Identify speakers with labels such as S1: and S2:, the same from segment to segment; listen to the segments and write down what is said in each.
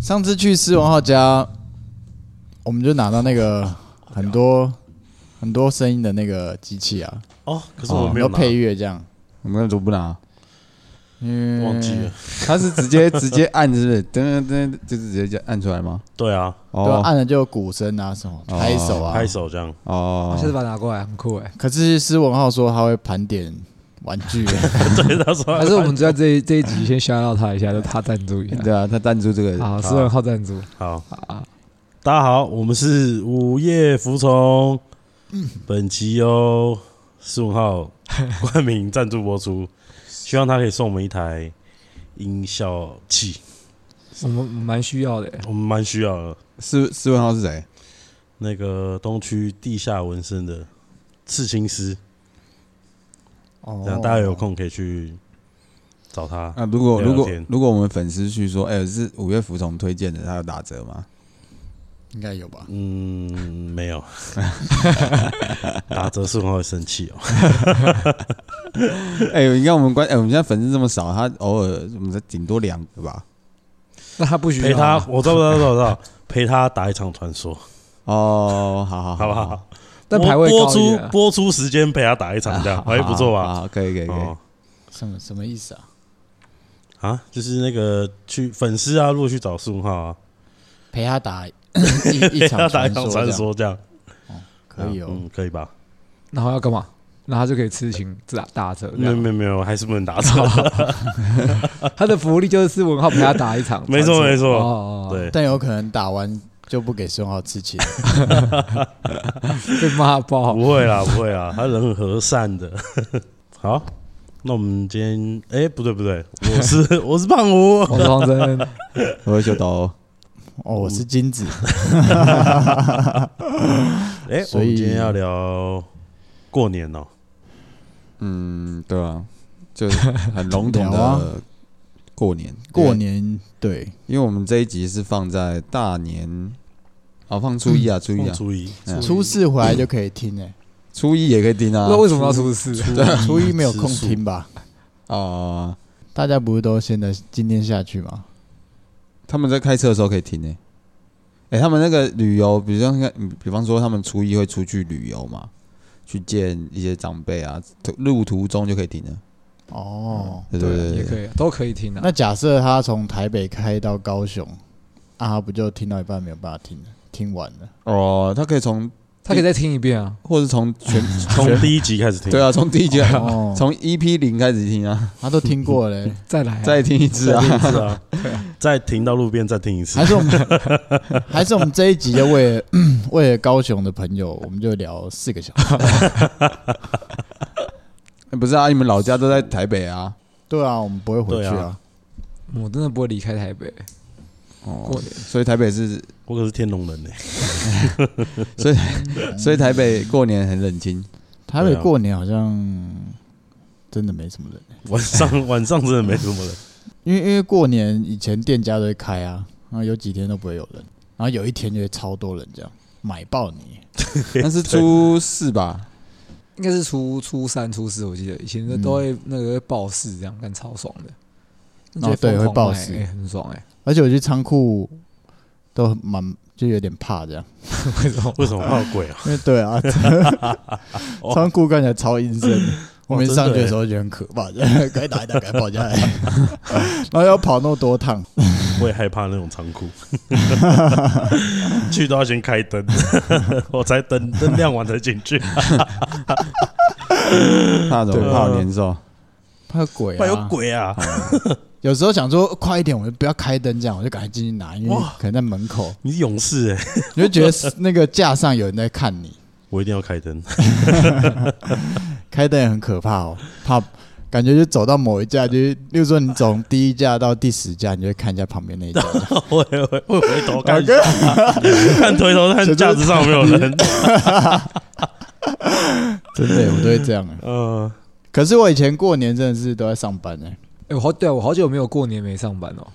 S1: 上次去狮王浩家，我们就拿到那个很多很多声音的那个机器啊，
S2: 哦，可是
S1: 我
S2: 我
S1: 们
S2: 没
S1: 要
S2: 有拿
S1: 配乐这样，
S3: 我们怎么不拿？
S1: 嗯，
S2: 忘记了。
S3: 他是直接直接按，是不是？噔噔噔，就是直接这样按出来吗？
S2: 对啊，
S1: 对啊，
S3: 哦
S1: 按了就有鼓声啊，什么
S3: 哦
S1: 拍手啊
S2: 拍。手这样，
S3: 哦
S4: 我，下次把它拿过来，很酷哎。
S1: 可是施文浩说他会盘点玩 具，
S2: 对，他说
S4: 还是我们就在这一这一集先消到他一下，就他赞助一下。
S3: 对啊，他赞助这个
S4: 好，私人号赞助。
S2: 好，大家好，我们是午夜服从，本集由十五号冠名赞助播出，希望他可以送我们一台音效器，
S4: 我们蛮需要的欸，
S2: 我们蛮需要的。
S3: 施施文浩是谁？
S2: 那个东区地下纹身的刺青师，
S1: 哦
S2: 这样大家有空可以去找他。
S3: 啊，如果
S2: 聊
S3: 如果
S2: 天
S3: 如果我们粉丝去说，哎、是五月服从推荐的，他有打折吗？
S1: 应该有吧？
S2: 嗯，没有，打折十五号会生气哦。
S3: 哎、你看我们关，哎、我们现在粉丝这么少，他偶尔我们才顶多两个吧。
S4: 那他不需要
S2: 陪他
S4: 啊，
S2: 我知道，我知道，我知 道，陪他打一场传说，
S3: 哦，好好
S2: 好不
S3: 好
S2: 好？
S4: 但
S2: 播
S4: 排位
S2: 播
S4: 高一
S2: 出
S4: 点啊。
S2: 播出时间陪他打一场，这样
S3: 好
S2: 哎不错吧？
S3: 好，可以可以可以。
S2: 哦
S1: 什么什么意思啊？
S2: 啊，就是那个去粉丝啊，如果去找宋浩啊，
S1: 陪他 打一一
S2: 陪
S1: 场
S2: 他打一
S1: 传
S2: 场
S1: 说，
S2: 传说这样
S1: 可以哦。
S2: 嗯，可以吧？
S4: 然后要干嘛？然后他就可以痴情打打折这
S2: 没有
S4: 样。
S2: 没有没有，还是不能打折。，
S4: 他的福利就是斯文浩陪他打一场
S2: 没错
S4: 传说
S2: 没错
S4: 哦，哦
S2: 对，
S1: 但有可能打完就不给施文浩刺青，
S4: 哦被骂爆。
S2: 不会啦不会啦，他人很和善的。 好，那我们今天哎不对不对，我是我是胖虎，
S4: 我是 黄真，
S3: 我会修刀，
S1: 哦，
S2: 嗯
S1: 我是金 子，
S2: 哎，我
S1: 所以
S2: 们今天要聊过年哦，
S3: 嗯，对啊，就是很笼
S1: 聊
S3: 统
S1: 啊
S3: 的过年。
S1: 过年对，
S3: 因为，因为我们这一集是放在大年，好、放初一啊，初一啊，
S2: 初一
S3: 嗯
S1: 初四回来就可以听诶，
S3: 初一也可以听啊
S4: 那。为什么要出事？
S1: 初一没有空
S2: 吃素
S1: 听吧？
S3: 啊，
S1: 大家不是都现在今天下去吗？
S3: 他们在开车的时候可以听呢、哎、他们那个旅游，比如说，嗯比方说他们初一会出去旅游嘛，去见一些长辈啊，途路途中就可以听了。
S1: 哦，
S3: 对对对
S4: 也可以，都可以听啊。
S1: 嗯那假设他从台北开到高雄，啊，他不就听到一半没有办法听了，听完了，
S3: 哦，他可以从，
S4: 他可以再听一遍啊。
S3: 或是从 全
S2: 从第一集开始听，
S3: 对啊，从第一集
S1: 哦，
S3: 从 EP 零开始听啊，
S4: 哦
S1: 他都听过 了嘞，
S4: 再来啊，
S3: 再听一次啊。
S2: 是 啊，再停到路边再听一次
S1: 还。是我们还是我们这一集就为了 为了高雄的朋友，我们就聊四个小时。
S3: 不是啊，你们老家都在台北啊。
S1: 对啊，我们不会回去
S2: 对
S1: 啊
S2: 啊。
S4: 我真的不会离开台北
S3: 哦，
S4: 过年。
S3: 所以台北是，
S2: 我可是天龙人呢、
S3: 所以所以台北过年很冷清。
S1: 台北
S2: 对啊
S1: 过年好像真的没什么人，
S2: 晚 上晚上真的没什么人。
S1: 因为因为过年以前店家都会开啊，然后有几天都不会有人，然后有一天就会超多人这样买爆你。嗯
S3: 那是初四吧？
S4: 应该是初初三、初四，我记得以前都会那个会报市，这样但超爽的。
S1: 哦对会报
S4: 市
S1: 市，
S4: 哎很爽哎。
S1: 而且我去仓库都蛮就有点怕 这样，
S4: 为什么？
S2: 为什么怕 鬼啊？
S1: 因为对 啊，仓库看起来超阴森的。我每次上去的时候觉得很可怕，这样 该打一打，该跑下来， 然后要跑那么多趟，
S2: 我也害怕那种仓 库，去都要先开 灯，我才等灯亮完才进去。
S3: 怕什么？
S2: 对
S3: 怕有年兽？
S1: 怕鬼
S2: 怕有
S1: 啊！
S2: 鬼啊！
S1: 有时候想说快一点，我就不要开灯，这样我就赶快进去拿，因为
S2: 哇
S1: 可能在门口，
S2: 你是勇士哎、
S1: 你就觉 得那个架上有人在看你，
S2: 我一定要开灯。
S1: 开灯也很可怕哦，怕感觉就走到某一架，就是例如说你从第一架到第十架，你就会看一下旁边那 一架，
S2: 我也会会回头看
S1: 大， 哥，
S2: 看啊回头看架子上有没有 人。
S1: 真的耶，我都会这样耶。
S2: 呃，
S1: 可是我以前过年真的是都在上班哎、
S4: 哎，我好对啊，我好久没有过年没上班哦。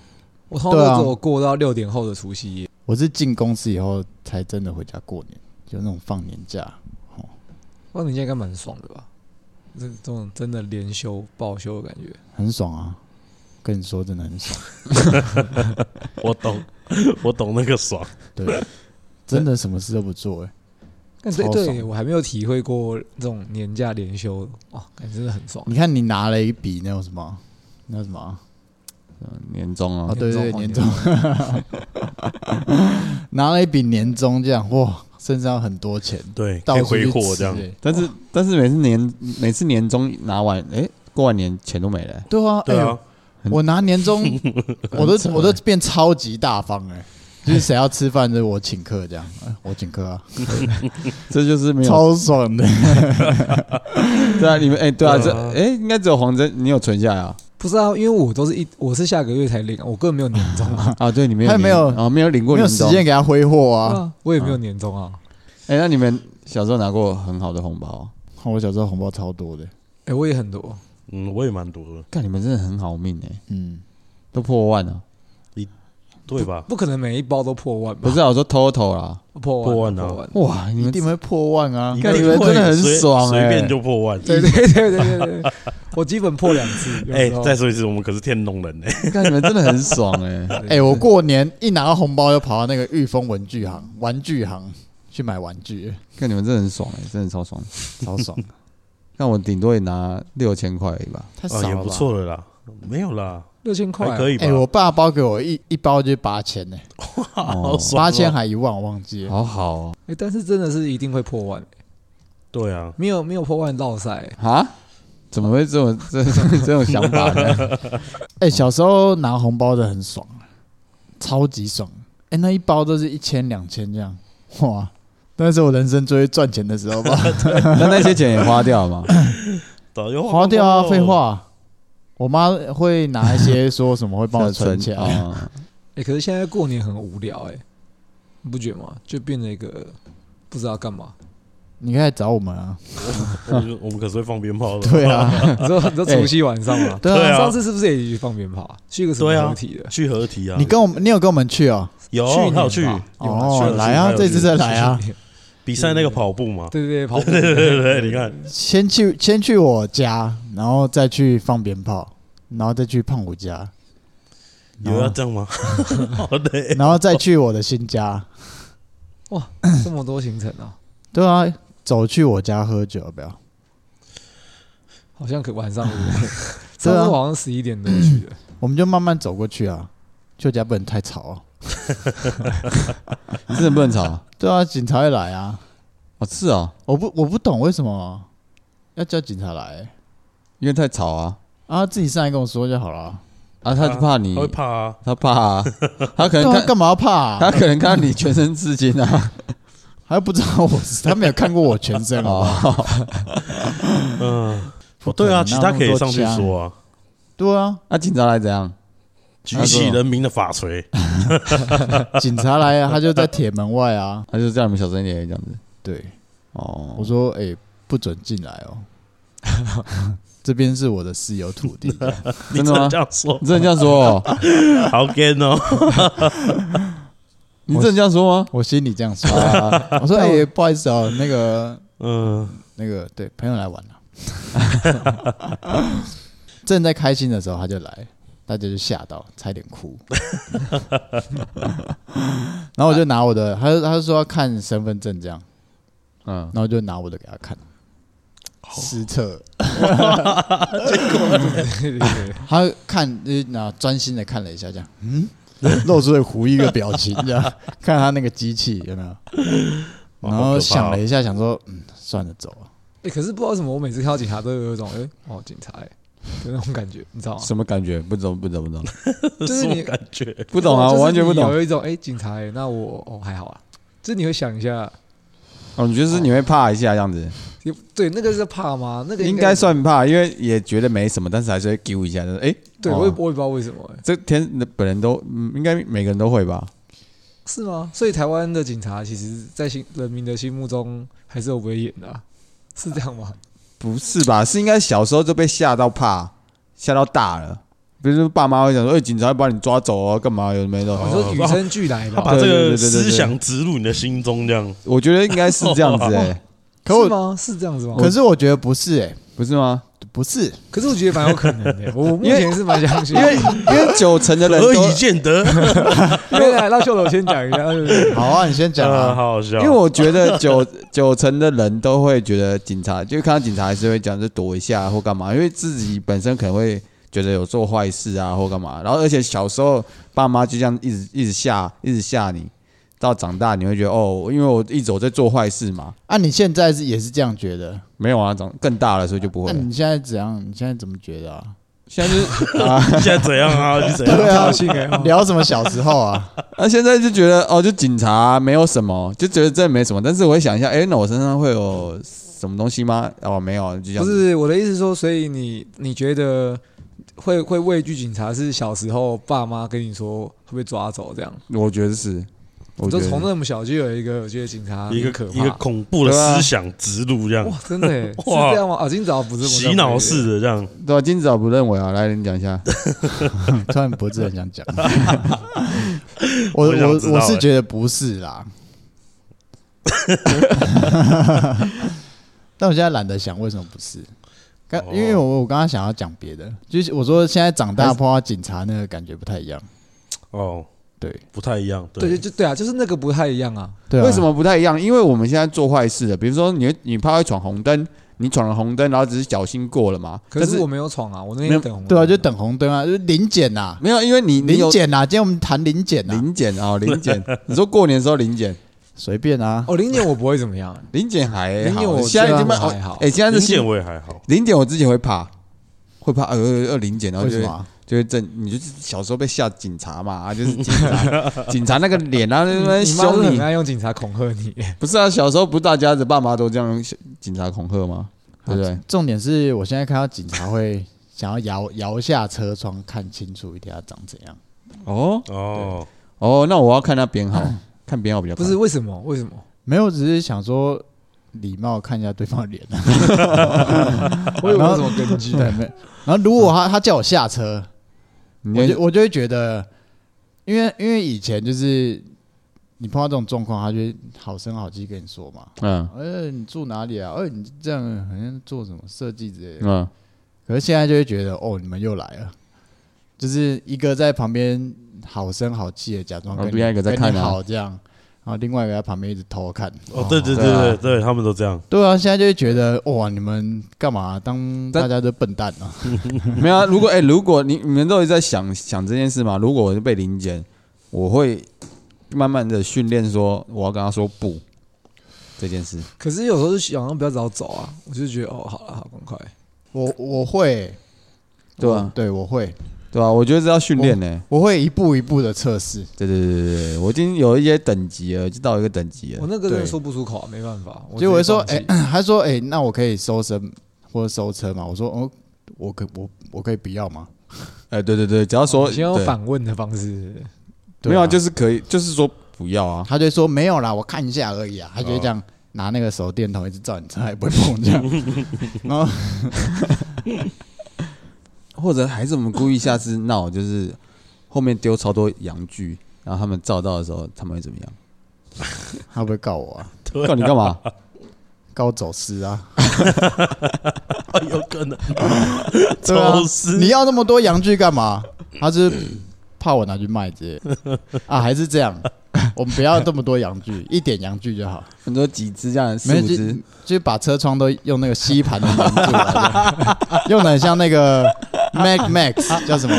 S4: 我通常
S1: 对啊
S4: 都只有过到六点后的除夕夜。
S1: 我是进公司以后才真的回家过年，就那种放年假。
S4: 哇，你现在应该蛮爽的吧？这这种真的连休报休的感觉，
S1: 很爽啊！跟你说，真的很爽。
S2: 我懂， 我懂那个爽，
S1: 对，真的什么事都不做、欸，
S4: 但对
S1: 超爽
S4: 对，我还没有体会过这种年假连休，哇，感觉真的很爽。
S1: 你看你拿了一笔那种什么，那什么啊
S3: 嗯年终
S1: 啊？
S3: 啊，
S1: 对对，对
S4: 年
S1: 年
S4: 终
S1: 终，拿了一笔年终，这样哇，身上很多钱，
S2: 对，
S1: 到
S2: 可以
S1: 处去
S2: 挥霍
S1: 吃
S2: 这样。
S1: 欸
S3: 但是但是每次年每次年终拿完，哎，过完年钱都没了，
S1: 对啊，
S2: 对
S1: 哎
S2: 啊
S1: 呦，我拿年终，我
S3: 很
S1: 都
S3: 扯欸
S1: 我都变超级大方哎、就是谁要吃饭，就是我请客这样，哎我请客啊，
S3: 这就是没有
S1: 超爽的。
S3: 对啊，你们哎对啊，
S2: 对
S3: 这
S2: 啊
S3: 哎应该只有黄真你有存下来啊？
S4: 不知道、因为我都是一我是下个月才领，我根本没有年终啊，
S3: 啊，对，你没有
S1: 他
S3: 领
S1: 没有
S3: 啊，没有领过
S1: 没有
S3: 年
S1: 时
S3: 终。
S1: 间给他挥霍
S4: 对
S1: 啊！
S4: 啊，我也没有年终啊。
S3: 哎，那你们小时候拿过很好的红包啊？
S1: 我小时候红包超多的，
S4: 哎、我也很多，
S2: 嗯，我也蛮多的，
S3: 看你们真的很好命哎，
S1: 嗯，
S3: 都破万了。
S2: 对吧？
S4: 不可能每一包都破万吧？
S3: 不是啊，我说偷偷啦。
S4: 破
S2: 破
S4: 万
S2: 万
S4: 啊，
S2: 啊
S4: 破万。
S3: 哇，你
S1: 一
S3: 们
S1: 定会破万啊
S2: 一！
S3: 看
S2: 定
S3: 你们
S2: 会
S3: 真的很
S2: 随
S3: 爽
S2: 随
S3: 欸
S2: 便就破万。
S4: 对对对对对对对，我基本破两次。有
S2: 哎
S4: 时，候
S2: 再说一次，我们可是天龙人哎，
S3: 看你们真的很爽哎、
S1: 哎、我过年一拿到红包就跑到那个裕丰文具行、玩具行去买玩具，
S3: 看你们真的很爽哎、真的超爽。
S1: 超爽。
S3: 看我顶多也拿六千块而已吧，
S1: 太
S2: 哦，
S1: 爽
S2: 也
S1: 了
S2: 不
S1: 吧？
S2: 错了啦，没有啦，
S4: 六千块、
S2: 还可
S4: 以。
S2: 以吧
S1: 哎、？ 我爸包给我一一包就是八千呢，
S2: 好爽哦
S1: 八千还一万，我忘记了。
S3: 好好哦。
S4: 哎、但是真的是一定会破万，
S2: 对啊，
S4: 没有没有破万绕赛。
S3: 啊？怎么会这种这这种想法 呢？
S1: 哎、小时候拿红包的很爽，啊超级爽。哎、那一包都是一千、两千这样，哇！那是我人生最会赚钱的时候 吧，
S3: 那那些钱也花掉了吗？
S2: 早就
S1: 花掉
S2: 光
S1: 啊，
S2: 了
S1: 废。话。我妈会拿一些说什么会帮我存 起来，
S3: 啊！
S4: 哎、可是现在过年很无聊、哎，你不觉得吗？就变成一个不知道干嘛。
S1: 你可以来找我们啊。
S2: 我们我们可是会放鞭炮的。
S1: 对， 啊，
S4: 你说你说除夕晚上吗？
S1: 对
S2: 对啊
S4: 上次是不是也去放鞭炮啊？去一个什
S2: 对
S4: 么
S2: 啊
S4: 合体的？
S2: 去合体啊！
S1: 你跟我们，你有跟我们去哦？
S2: 有
S4: 去年
S2: 他有去
S4: 吧有啊
S1: 哦
S4: 去，了
S1: 来啊，
S2: 去
S1: 这次再来啊！
S4: 去年
S2: 比赛那个跑步嘛。
S4: 对对对，跑步
S2: 对对对，你
S1: 嗯
S2: 看，
S1: 先去先去我家，然后再去放鞭炮，然后再去胖虎 家，
S2: 有要这样 吗？哦好累，
S1: 然后再去我的新家。
S4: 这么多行程啊，
S1: 对啊，走去我家喝酒，要不要？
S4: 好像可晚上对不对上次好像十一点多去的，
S1: 我们就慢慢走过去啊，去我家不能太吵、啊。
S3: 你真的不能吵啊
S1: 对啊，警察会来啊！
S3: 哦？是哦，
S1: 我不我不懂为什么要叫警察来、
S3: 因为太吵啊
S1: 啊，自己上来跟我说就好了。
S3: 啊！他就怕你
S2: 他，会怕啊。
S3: 他怕 啊，他可
S1: 对
S3: 能
S1: 啊，
S3: 看
S1: 干嘛要怕、啊？
S3: 他可能看到你全身刺青啊！
S1: 还不知道我是，他没有看过我全 身好不好
S3: 哦，
S2: 嗯，
S1: 不
S2: 哦对啊，
S1: 可能
S2: 其他可以上去
S1: 那么多枪
S2: 说啊。
S1: 对 啊，
S3: 那警察来怎样？
S2: 举起人民的法锤，
S1: 警察来、啊，他就在铁门外 啊。
S3: 他就叫你们小声一点这样子。
S1: 对，我
S3: 哦，
S1: 说哎、不准进来 哦，这边是我的私有土 地。
S2: 你
S3: 真
S2: 真
S3: 的
S2: 的
S3: 吗
S2: 这样说
S3: 你，真的这样说哦？
S2: 好 gay 哦。
S3: 你真的这样说吗？
S1: 我心里这样说，
S3: 啊，
S1: 我说哎、不好意思哦，那个
S2: 嗯，
S1: 那个对朋友来玩 了、正在开心的时候他就来，大家就吓到，差点 哭。然后我就拿我的，他就他就说要看身份证这样，
S3: 嗯，
S1: 然后就拿我的给他看，失策。
S4: 对对对
S1: 他看就是拿专心的看了一下，这样，嗯，露出了狐疑的表情，这样 看他那个机器有没有，然
S2: 哦好可怕
S1: 后
S2: 哦
S1: 想了一下，想说，嗯，算了，走了。
S4: 哎，可是不知道为什么，我每次看到警察都有一种哎哦警察哎的那种感觉，你知道吗？
S3: 什么感觉？不懂，不懂，不懂，
S2: 这
S4: 就是
S2: 什么
S4: 你
S2: 感觉？
S3: 不 懂啊！
S4: 就是
S3: 我完全不
S4: 你
S3: 懂。
S4: 有一种哎警察哎，那我哦还好啊，就是你会想一下，
S3: 哦，你就是你会怕一下这样子，
S4: 也对那个是怕吗？那个
S3: 应该算怕，因为也觉得没什么，但是还是会丢一下，就是哎，
S4: 对，
S3: 哦
S4: 我也不我也不知道为什么哎，
S3: 这天本人都嗯应该每个人都会吧？
S4: 是吗？所以台湾的警察其实，在心人民的心目中还是有威严的啊，是这样吗？
S3: 不是吧？是应该小时候就被吓到怕，吓到大了。比如说爸妈会讲说，哎、警察会把你抓走哦，干嘛有的没的。
S4: 你说与生俱来
S2: 他
S4: 吧？
S2: 把这
S3: 对对对对
S2: 个
S3: 对对
S2: 思想植入你的心中，这样
S3: 我觉得应该是这样子、哎，
S4: 哦
S1: 可我
S4: 是吗？是这样子吗？
S1: 可是我觉得不是哎、
S3: 不是吗？
S1: 不是，
S4: 可是我觉得蛮有可能的，欸我目前是蛮相信
S3: 因
S4: 的。
S3: 为因为九成的人
S2: 何
S3: 都
S2: 以见得？
S4: 因为来让秀楼先讲一下，对不对
S1: 好啊，你先讲
S2: 啊，
S1: 啊。
S2: 好好笑。
S3: 因为我觉得九 九成的人都会觉得警察，就看到警察还是会讲，就躲一下或干嘛，因为自己本身可能会觉得有做坏事啊或干嘛。然后而且小时候爸妈就这样一直一直吓，一直吓你，到长大你会觉得哦，因为我一直我在做坏事嘛。
S1: 啊，你现在是也是这样觉得？
S3: 没有啊，长更大了所以就不会
S1: 那
S3: 了。
S1: 你现在怎样？你现在怎么觉得啊？
S3: 现在就是啊，
S2: 你现在怎样啊？你 怎样？
S1: 对啊
S4: 挑衅哎，
S1: 聊什么小时候啊？
S3: 那现在就觉得哦，就警察、没有什么，就觉得这没什么。但是我会想一下，哎、那我身上会有什么东西吗？哦，没有，就这样
S4: 不
S3: 子。
S4: 是我的意思是说，所以你你觉得会会畏惧警察是小时候爸妈跟你说会被抓走这样，
S3: 我觉得是，我
S4: 你
S3: 觉
S4: 就
S3: 得
S4: 从那么小就有一个觉得警察
S2: 一个
S4: 很可
S2: 一个
S4: 怕，
S2: 恐怖的思想植入这样，
S4: 哇，真的耶是
S2: 哇
S4: 这样吗？啊，今早不是我这样
S2: 洗脑式的这样。
S3: 对啊，金子早不认为啊，来你讲一下，
S1: 突然脖子很想讲。 我
S2: 我想
S1: 我
S2: 知道
S1: 我
S2: 欸
S1: 是觉得不是啦， 但我现在懒得想为什么不是。刚
S2: 哦
S1: 因为我我刚刚想要讲别的，就是我说现在长
S3: 还
S1: 大
S3: 是
S1: 碰到警察那个感觉不太一样。
S2: 哦，
S1: 对
S2: 不太一样。
S4: 对，
S2: 对，
S4: 就就对啊，就是那个不太一样啊。
S1: 对啊，
S3: 为什么不太一样？因为我们现在做坏事的，比如说你会你怕会闯红灯，你闯了红灯，然后只是侥幸过了嘛。
S4: 可
S3: 但
S4: 是
S3: 是
S4: 我没有闯啊，我那
S3: 没有
S4: 天等红灯
S1: 对啊，就等红灯啊，就是零检呐，
S3: 没有，因为你你
S1: 零
S3: 有
S1: 检呐。啊今天我们谈零检呐，
S3: 零检啊，零检。 你说过年的时候零检，
S1: 随便啊。
S4: 哦，零点我不会怎么样，
S3: 零检还
S4: 零检
S3: 好，
S4: 我
S3: 现在已
S4: 觉
S3: 经
S4: 得
S3: 慢
S4: 还好
S3: 哎，现在
S2: 零
S3: 是
S2: 检
S3: 新
S2: 我也还好。
S3: 零检，我自己会怕，会怕呃呃呃零检，然后
S1: 为
S3: 就
S1: 什
S3: 会
S1: 么啊？
S3: 就会震，你就是小时候被吓警察嘛，啊，就是警 察警察那个脸啊，
S4: 你
S3: 那
S4: 你
S3: 边
S4: 妈是
S3: 凶
S4: 很
S3: 你，
S4: 爱用警察恐吓你，
S3: 不是啊？小时候不是大家的爸妈都这样警察恐吓吗？对不
S4: 啊
S3: 对？
S1: 重点是我现在看到警察会想要摇摇下车窗看清楚一点他长怎样。
S3: 哦，
S2: 哦，
S3: 哦，那我要看他编号，看编号比较
S4: 不
S3: 快
S4: 是为什么？为什么？
S1: 没有，只是想说礼貌看一下对方的脸、啊。
S4: 我有没
S1: 然后
S4: 有什么根
S3: 嗯
S4: 据？
S1: 对，没有。然后如果他他叫我下车，
S3: 嗯你
S1: 我
S3: 就
S1: 就我就会觉得，因为因为以前就是你碰到这种状况，他就会好声好气跟你说嘛，
S3: 嗯
S1: 呃，你住哪里啊？呃，你这样好像做什么设计之类的。
S3: 嗯，
S1: 可是现在就会觉得，哦，你们又来了，就是一个在旁边好声好气的假装
S3: 然后
S1: 跟你
S3: 另外一个在
S1: 跟你
S3: 看啊
S1: 好这样，然后另外一个在旁边一直偷看。
S2: 哦，对对对
S3: 对啊
S2: 对对，他们都这样。
S1: 对啊，现在就会觉得哇，你们干嘛当
S3: 但
S1: 大家都笨蛋啊？
S3: 没有啊。如果哎、如果你你们都一直在想想这件事嘛，如果我被临检，我会慢慢的训练说我要跟他说不这件事。
S4: 可是有时候就想要不要早走啊，我就觉得哦，好了，好赶快。
S1: 我我会，
S3: 对啊
S1: 我对，我会，
S3: 对吧、我觉得这要训练呢。
S1: 我会一步一步的测试。
S3: 对对对对对，我已经有一些等级了，就到一个等级
S4: 我
S3: 了。
S4: 那个真的
S1: 对
S4: 说不出口啊，没办法。
S1: 就我会
S4: 直接
S1: 说，
S4: 放弃
S1: 哎、 他说，哎、那我可以收身或者收车吗？我说，哦，我可我我可以不要吗？
S3: 哎、对对对，只要说
S4: 哦你先用
S3: 对
S4: 反问的方式，
S1: 对
S3: 没有啊，
S1: 啊
S3: 就是可以，就是说不要啊。
S1: 他就说没有啦，我看一下而已啊。他就
S3: 哦
S1: 会这样、拿那个手电筒一直照你车，也不会碰这 样。然后
S3: 或者还是我们故意下次闹，就是后面丢超多洋具，然后他们照到的时候，他们会怎么样？
S1: 他会不会告我啊？
S3: 告你干嘛？
S1: 告我走私啊？
S2: 哦，有可能
S1: 对啊
S2: 走私
S1: 你要那么多洋具干嘛？他是怕我拿去卖 之类的啊？还是这样？ 我们不要这么多洋具，一点洋具就好。
S3: 很多几只这样，四
S1: 没有
S3: 五
S1: 就
S3: 只，
S1: 就把车窗都用那个吸盘的粘住了， 用的很像那个 Mac Max 叫什么？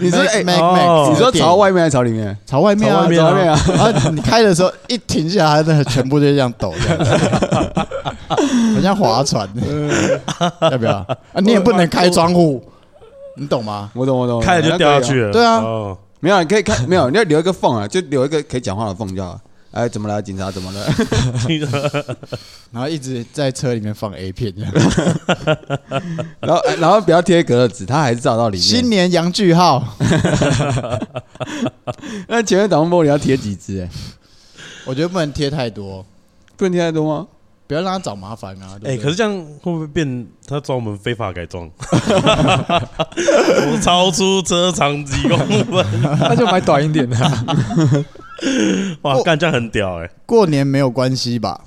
S1: 你
S3: 说哎
S1: Mac
S2: 哦
S1: Mac？
S3: 你说朝外面还是朝里面？
S1: 朝外面
S3: 朝
S1: 啊
S3: 外？面
S2: 朝
S3: 朝
S2: 外
S3: 外
S2: 面
S3: 面啊！
S1: 然后你开的时候一停下来，那全部就这样抖，这 样子很像划船，
S3: 嗯
S1: 要不要？啊，你也不能开窗户，你懂吗？
S3: 我懂我懂，
S2: 开了就掉下去
S3: 了。
S2: 了。
S1: 对啊
S2: 哦
S3: 没有，你可以看，没有，你要留一个缝啊，就留一个可以讲话的缝就好了。哎，怎么了？警察怎么了？
S1: 然后一直在车里面放 A 片，这样
S3: 然后哎然后不要贴隔热纸，他还是照到里
S1: 新
S3: 面。
S1: 年洋句号，
S3: 那前面挡风玻璃要贴几只？哎，
S1: 我觉得不能贴太多，
S3: 不能贴太多吗？
S1: 不要让他找麻烦啊。对
S2: 哎，
S1: 不对
S2: 可是这样会不会变他抓我们非法改装？ 我超出车长几公分，
S4: 那就买短一点的啊。
S2: 哇，干这样很屌哎！
S1: 过年没有关系吧？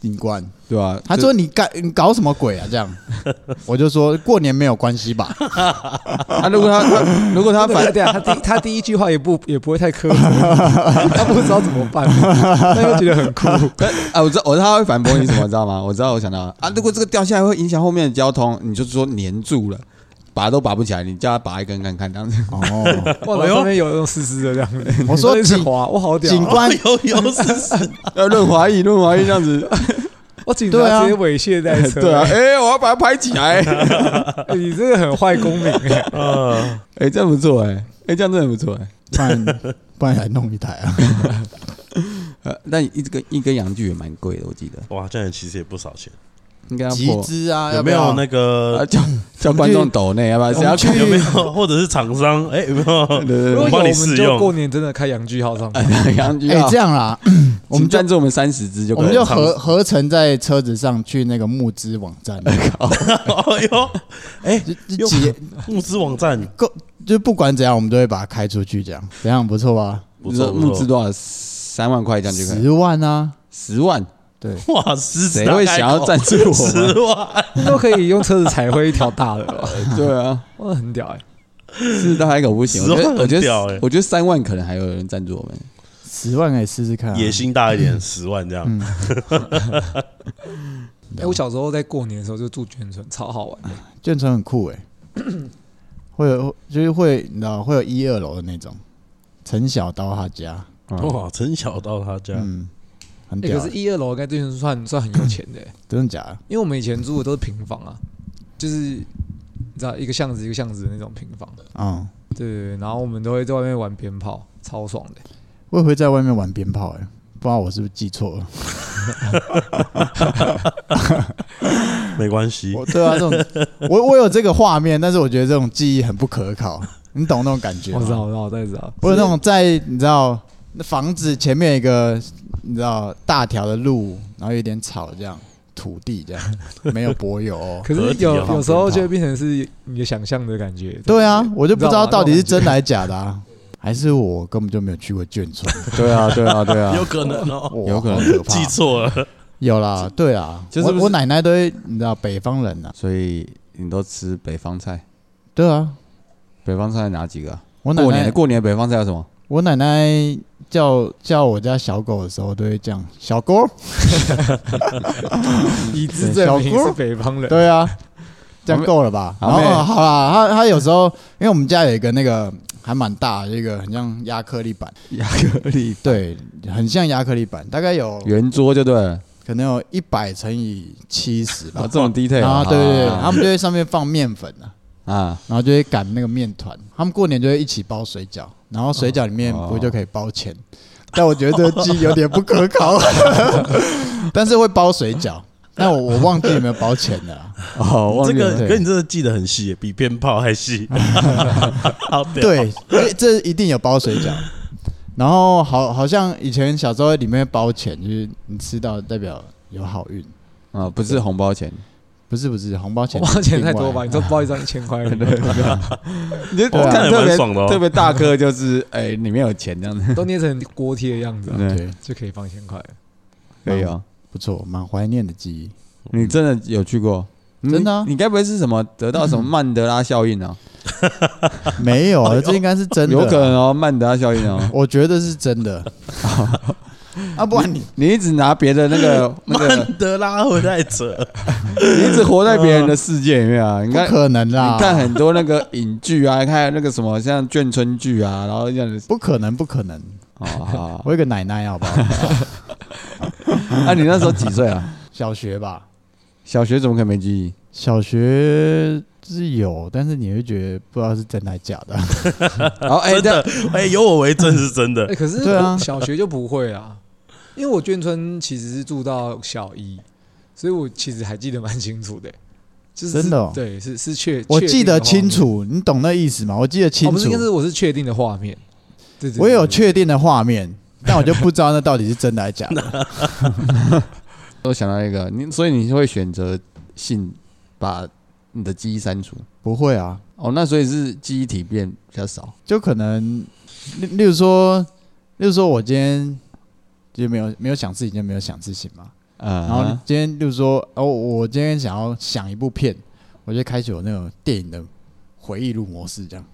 S1: 警官，
S3: 对吧？
S1: 他说你干你搞什么鬼啊？这样， 我就说过年没有关系吧？
S3: 啊，如果他他如果他
S4: 他反
S3: 反
S4: 对啊，他第他第一句话也不也不会太苛责， 他不知道怎么办， 但又觉得很酷。
S3: 啊，我知道，我知道他会反驳你什么，知道吗？我知道，我想到了啊，如果这个掉下来会影响后面的交通，你就说粘住了，拔都拔不起来，你叫他拔一根看看，这样子。
S1: 哦，
S4: 哇，
S2: 哎
S4: 然
S2: 呦
S4: 后上面有那种湿湿的这样子。
S1: 我 说
S4: 真的是
S1: 警
S4: 滑，我好屌、
S1: 警
S4: 啊！
S3: 哎
S1: 官，
S2: 有有是是，
S3: 要润滑液，润滑液这样子，
S4: 我警
S1: 对
S4: 察
S1: 啊
S4: 直接猥亵在车，
S3: 对啊，哎、我要把它拍起 来，哎、
S4: 哎你真的很坏公民、 哎
S2: 呃，
S3: 这样不错、哎，哎，这样真的不错、哎，
S1: 不然不然来弄一台啊？
S3: 呃，但一根一根洋具也蛮贵的，我记得
S2: 哇，这样其实也不少钱。
S3: 应该要
S1: 集
S3: 破
S1: 资 啊？
S2: 有
S1: 要
S2: 没
S1: 不要
S2: 有那
S3: 啊，
S2: 个
S3: 叫叫观众抖内，要不然谁要看？
S2: 有没有，或者是厂商？哎，有没有？
S3: 对对对
S4: 如果
S2: 我
S4: 有，我
S2: 帮你
S4: 们
S2: 试
S4: 就
S2: 用
S4: 过年真的开洋剧号上去，
S3: 对，洋具
S1: 哎
S3: 啊，，
S1: 这样啦，我们就
S3: 请赞助我们三十只就
S1: 我
S3: 可
S1: 们
S3: 以
S1: 就
S3: 了。
S1: 合合成在车子上去那个募资网站，啊
S2: 哎呦，哎，
S1: 就就
S2: 又
S1: 几
S2: 募资网站
S1: 就不管怎样，我们都会把它开出去，这样怎样不错吧？
S2: 不
S3: 你
S2: 错
S3: 说
S2: 不
S3: 募资
S2: 错，
S3: 多少？三万块这样就可以了，
S1: 十万啊，
S3: 十万，
S1: 对，
S2: 哇，狮子
S3: 谁会想要赞助我
S2: 十
S3: 们？
S2: 万？
S4: 都可以用车子踩灰一条大的了，
S3: 对啊。
S4: 哇，很屌哎、
S3: 四到海口不行，我觉
S2: 十
S3: 得
S2: 万
S3: 我觉
S2: 很屌
S3: 得
S2: 欸
S3: 我觉得三万可能还有人赞助我们，
S1: 十万可以试试
S3: 嗯
S1: 看啊。
S2: 野心大一点，十万这样。
S4: 哎、我小时候在过年的时候就住眷村，超好玩的。
S1: 眷村很酷哎、 会有就是会你知道会有一二楼的那种，陈小刀他家，
S2: 哇，陈小到他
S4: 啊
S2: 家，
S1: 嗯，很
S4: 哎、
S1: 屌
S4: 可
S1: 欸、
S4: 是一二楼应该眷村算算很有钱的、哎
S1: 真的假的？
S4: 因为我们以前住的都是平房啊，就是你知道一个巷子一个巷子的那种平房，
S1: 嗯，
S4: 对对对，然后我们都会在外面玩鞭炮，超爽的、
S1: 我也会在外面玩鞭炮哎、不知道我是不是记错 了？
S2: 没关系，
S4: 哦
S1: 我对啊，这 种我我有这个画面，但是我觉得这种记忆很不可靠， 你懂那种感觉吗？
S4: 我知道，我知道，我大概知道。
S1: 我有那种在你知道那房子前面有一个你知道大条的路，然后有点草这样，土地这样，没有柏油哦、
S4: 可是
S2: 合体
S4: 有
S2: 啊
S4: 有时候
S1: 放鞭炮
S4: 就会变成是你的想象的感觉。
S1: 对啊，我就不知道到底是
S4: 真。
S1: 真来假的啊，还是我根本就没有去过眷村，
S3: 对啊，对啊，对
S2: 有，可能哦，
S1: 哇
S3: 有可能
S1: 好可怕
S2: 记错了，
S1: 有啦，对啊，
S3: 就是
S1: 我
S3: 不是
S1: 我奶奶都会，你知道北方人啊，
S3: 所以你都吃北方菜，
S1: 对啊，
S3: 北方菜哪几个啊？
S1: 我奶
S3: 过年
S1: 奶
S3: 过年北方菜有什么？
S1: 我奶奶叫叫我家小狗的时候都会这样，小狗，
S4: 以资证
S1: 小
S4: 明是
S1: 郭
S4: 北方人。
S1: 对啊，这样够了吧？
S3: 好
S1: 然后
S3: 妹
S1: 哦好啦，她她有时候因为我们家有一个那个还蛮大，的一个很像亚克力板，
S3: 亚克力
S1: 对，很像亚克力板，大概有
S3: 圆桌就对了，
S1: 可能有一百乘以七十吧
S3: 啊，这。种 detail
S1: 啊，对对对，他
S3: 啊
S1: 们就会上面放面粉啊，
S3: 啊，
S1: 然后就会擀那个面团。他们过年就会一起包水饺，然后水饺里面
S3: 哦
S1: 不就可以包钱？但我觉得这个记忆有点不可靠，但是会包水饺。但我我忘记有没有包钱了啊。
S3: 哦，忘
S2: 这
S3: 记了
S2: 个
S1: 对
S2: 跟你真的记得很细耶，比鞭炮还 细。好屌，
S1: 对，这这一定有包水饺。然后好好像以前小时候里面会包钱，就是你吃到代表有好运。
S3: 啊，不是红包钱，
S1: 不是不是，红包钱
S4: 红包钱太多吧？
S1: 另
S4: 你
S1: 外
S4: 说包一张一 千 块，
S3: 你就
S1: 对啊
S2: 看得
S3: 特
S2: 蛮
S3: 别
S2: 爽的哦
S3: 特别大颗就是哎，里面有钱这样子，
S4: 都捏成锅贴的样子啊，
S3: 对，
S1: 对，
S4: 就可以放一千块。
S3: 可以哦。
S1: 不错，蛮怀念的记忆。
S3: 你真的有去过？
S1: 嗯真的啊
S3: 你你该不会是什么得到什么曼德拉效应啊？
S1: 没有，啊这应该是 真的，
S3: 有可能哦，曼德拉效 应哦。
S1: 我觉得是真的。 啊，不然你
S3: 你一直拿别的那个那个，
S2: 曼德拉回太扯，
S3: 你一直活在别人的世界里面啊！你
S1: 不
S3: 看，
S1: 可能啦，
S3: 你看很多那个影剧啊，看那个什么像眷村剧啊，然后这样子
S1: 不可能，不可能。
S3: 哦好，
S1: 我有个奶奶，好不 好？
S3: 那、啊、你那时候几岁啊？
S1: 小学吧，
S3: 小学怎么可能没记 忆？
S1: 小学是有，但是你会觉得不知道是真还假的。
S3: 然后哎，
S2: 真的
S3: 这，
S2: 哎，有我为证是真的
S4: 哎，。可是
S1: 对啊
S4: 小学就不会啊，因为我眷村其实是住到小一，所以我其实还记得蛮清楚的，就是
S1: 真的哦
S4: 对，是是确，
S1: 我
S4: 确
S1: 记
S4: 定的
S1: 得
S4: 画
S1: 清
S4: 面，
S1: 楚，你懂那意思吗？我记得清
S4: 哦，不是，
S1: 楚
S4: 应该，是我是确定的画面。对对对，
S1: 我有
S4: 对
S1: 确定的画面，但我就不知道那到底是真的还假 的。
S3: 我想到一个，你所以你会选择性把你的记忆删除
S1: 不会啊，
S3: 哦？那所以是记忆体变比较少
S1: 就可能，例例如说，例如说我今天就没有没有想事情，就没有想事情嘛。
S3: 嗯，
S1: 然后你今天就是说，哦，我今天想要想一部片，我就开启我那种电影的回忆录模式，这样。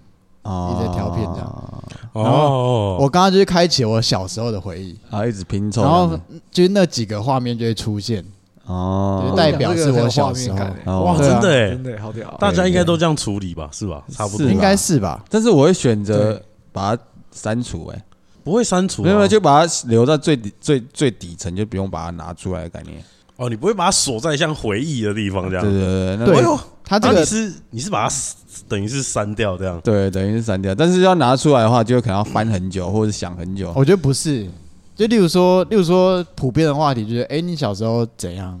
S3: 哦
S1: 一直调片这样
S2: 哦，
S1: 我刚刚就是开启我小时候的回忆，
S3: 啊，一直拼凑，
S1: 然后就是那几个画面就会出现，
S3: 哦
S1: 就，代表是我小时候
S4: 这个很有画面感欸
S3: 哦
S2: 哇，
S1: 对
S2: 真
S1: 啊
S2: 的
S4: 真
S2: 欸，
S4: 的好屌。
S2: 大家应该都这样处理吧？是吧？
S3: 是啊
S2: 差不
S3: 对
S2: 多
S3: 吧
S1: 应该是吧？
S3: 但是我会选择把它删除、哎，
S2: 不会删除啊，
S3: 没有没有，就把它留在最底最最底层，就不用把它拿出来的概念。
S2: 哦，你不会把它锁在像回忆的地方这
S3: 对
S2: 样。
S3: 对对，那
S1: 对
S2: 哎呦，
S1: 他这
S2: 啊你
S1: 个
S2: 是你是把它撕等于是删掉这样。
S3: 对，等于是删掉，但是要拿出来的话，就可能要翻很久，或者想很久。
S1: 我觉得不是，就例如说，例如说普遍的话题就是，哎、你小时候怎样？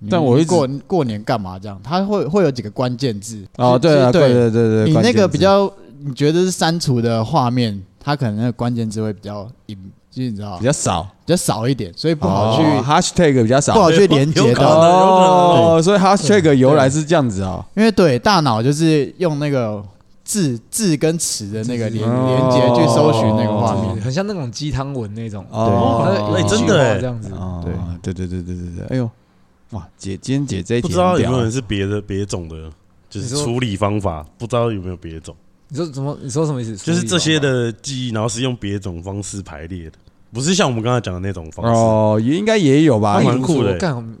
S1: 你
S3: 但我一
S1: 你
S3: 直
S1: 过过年干嘛这样？他会会有几个关键字
S3: 哦，对啊，
S1: 是
S3: 对对对对，
S1: 你
S3: 关
S1: 那
S3: 键
S1: 个
S3: 字
S1: 比较你觉得是删除的画面，它可能那个关键字会比较隐，就是你知道
S3: 比较少，
S1: 比较少一点，所以不好去、
S3: 哦 hashtag 比较
S1: 不
S3: 少
S1: 好。去连
S2: 哎有
S1: 接
S2: 可能
S1: 到，
S3: 哦，所以 hashtag 由来是这样子哦，
S1: 因为对大脑就是用那个字字跟词的那个连
S3: 哦
S1: 连接去搜寻那个画
S3: 哦
S1: 面。
S4: 很像那种鸡汤文那种，
S3: 哦
S4: 它有
S2: 哎
S4: 一句
S2: 真的
S4: 话
S2: 哎
S4: 这样子，
S3: 哦，
S1: 对
S3: 对对对对对对，哎呦，哇，姐今天姐这一
S2: 不
S3: 题
S2: 知道
S3: 很
S2: 有
S3: 屌啊
S2: 没有人是别的别种的，就是
S4: 你说
S2: 处理方法，不知道有没有别种，
S4: 你说怎么？你说什么意思？
S2: 就是这些
S4: 处理
S2: 的记忆，然后是用别种方式排列的，不是像我们刚才讲的那种方式。
S3: 哦，也应该也有吧
S2: 还
S4: 方法，
S2: 蛮酷的欸
S4: 哎干，我们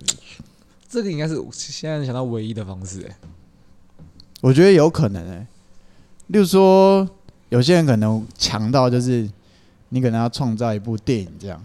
S4: 这个应该是我现在想到唯一的方式哎。
S1: 我觉得有可能诶、
S3: 欸
S1: 例如说，有些人可能强到就是你可能要创造一部电影这样，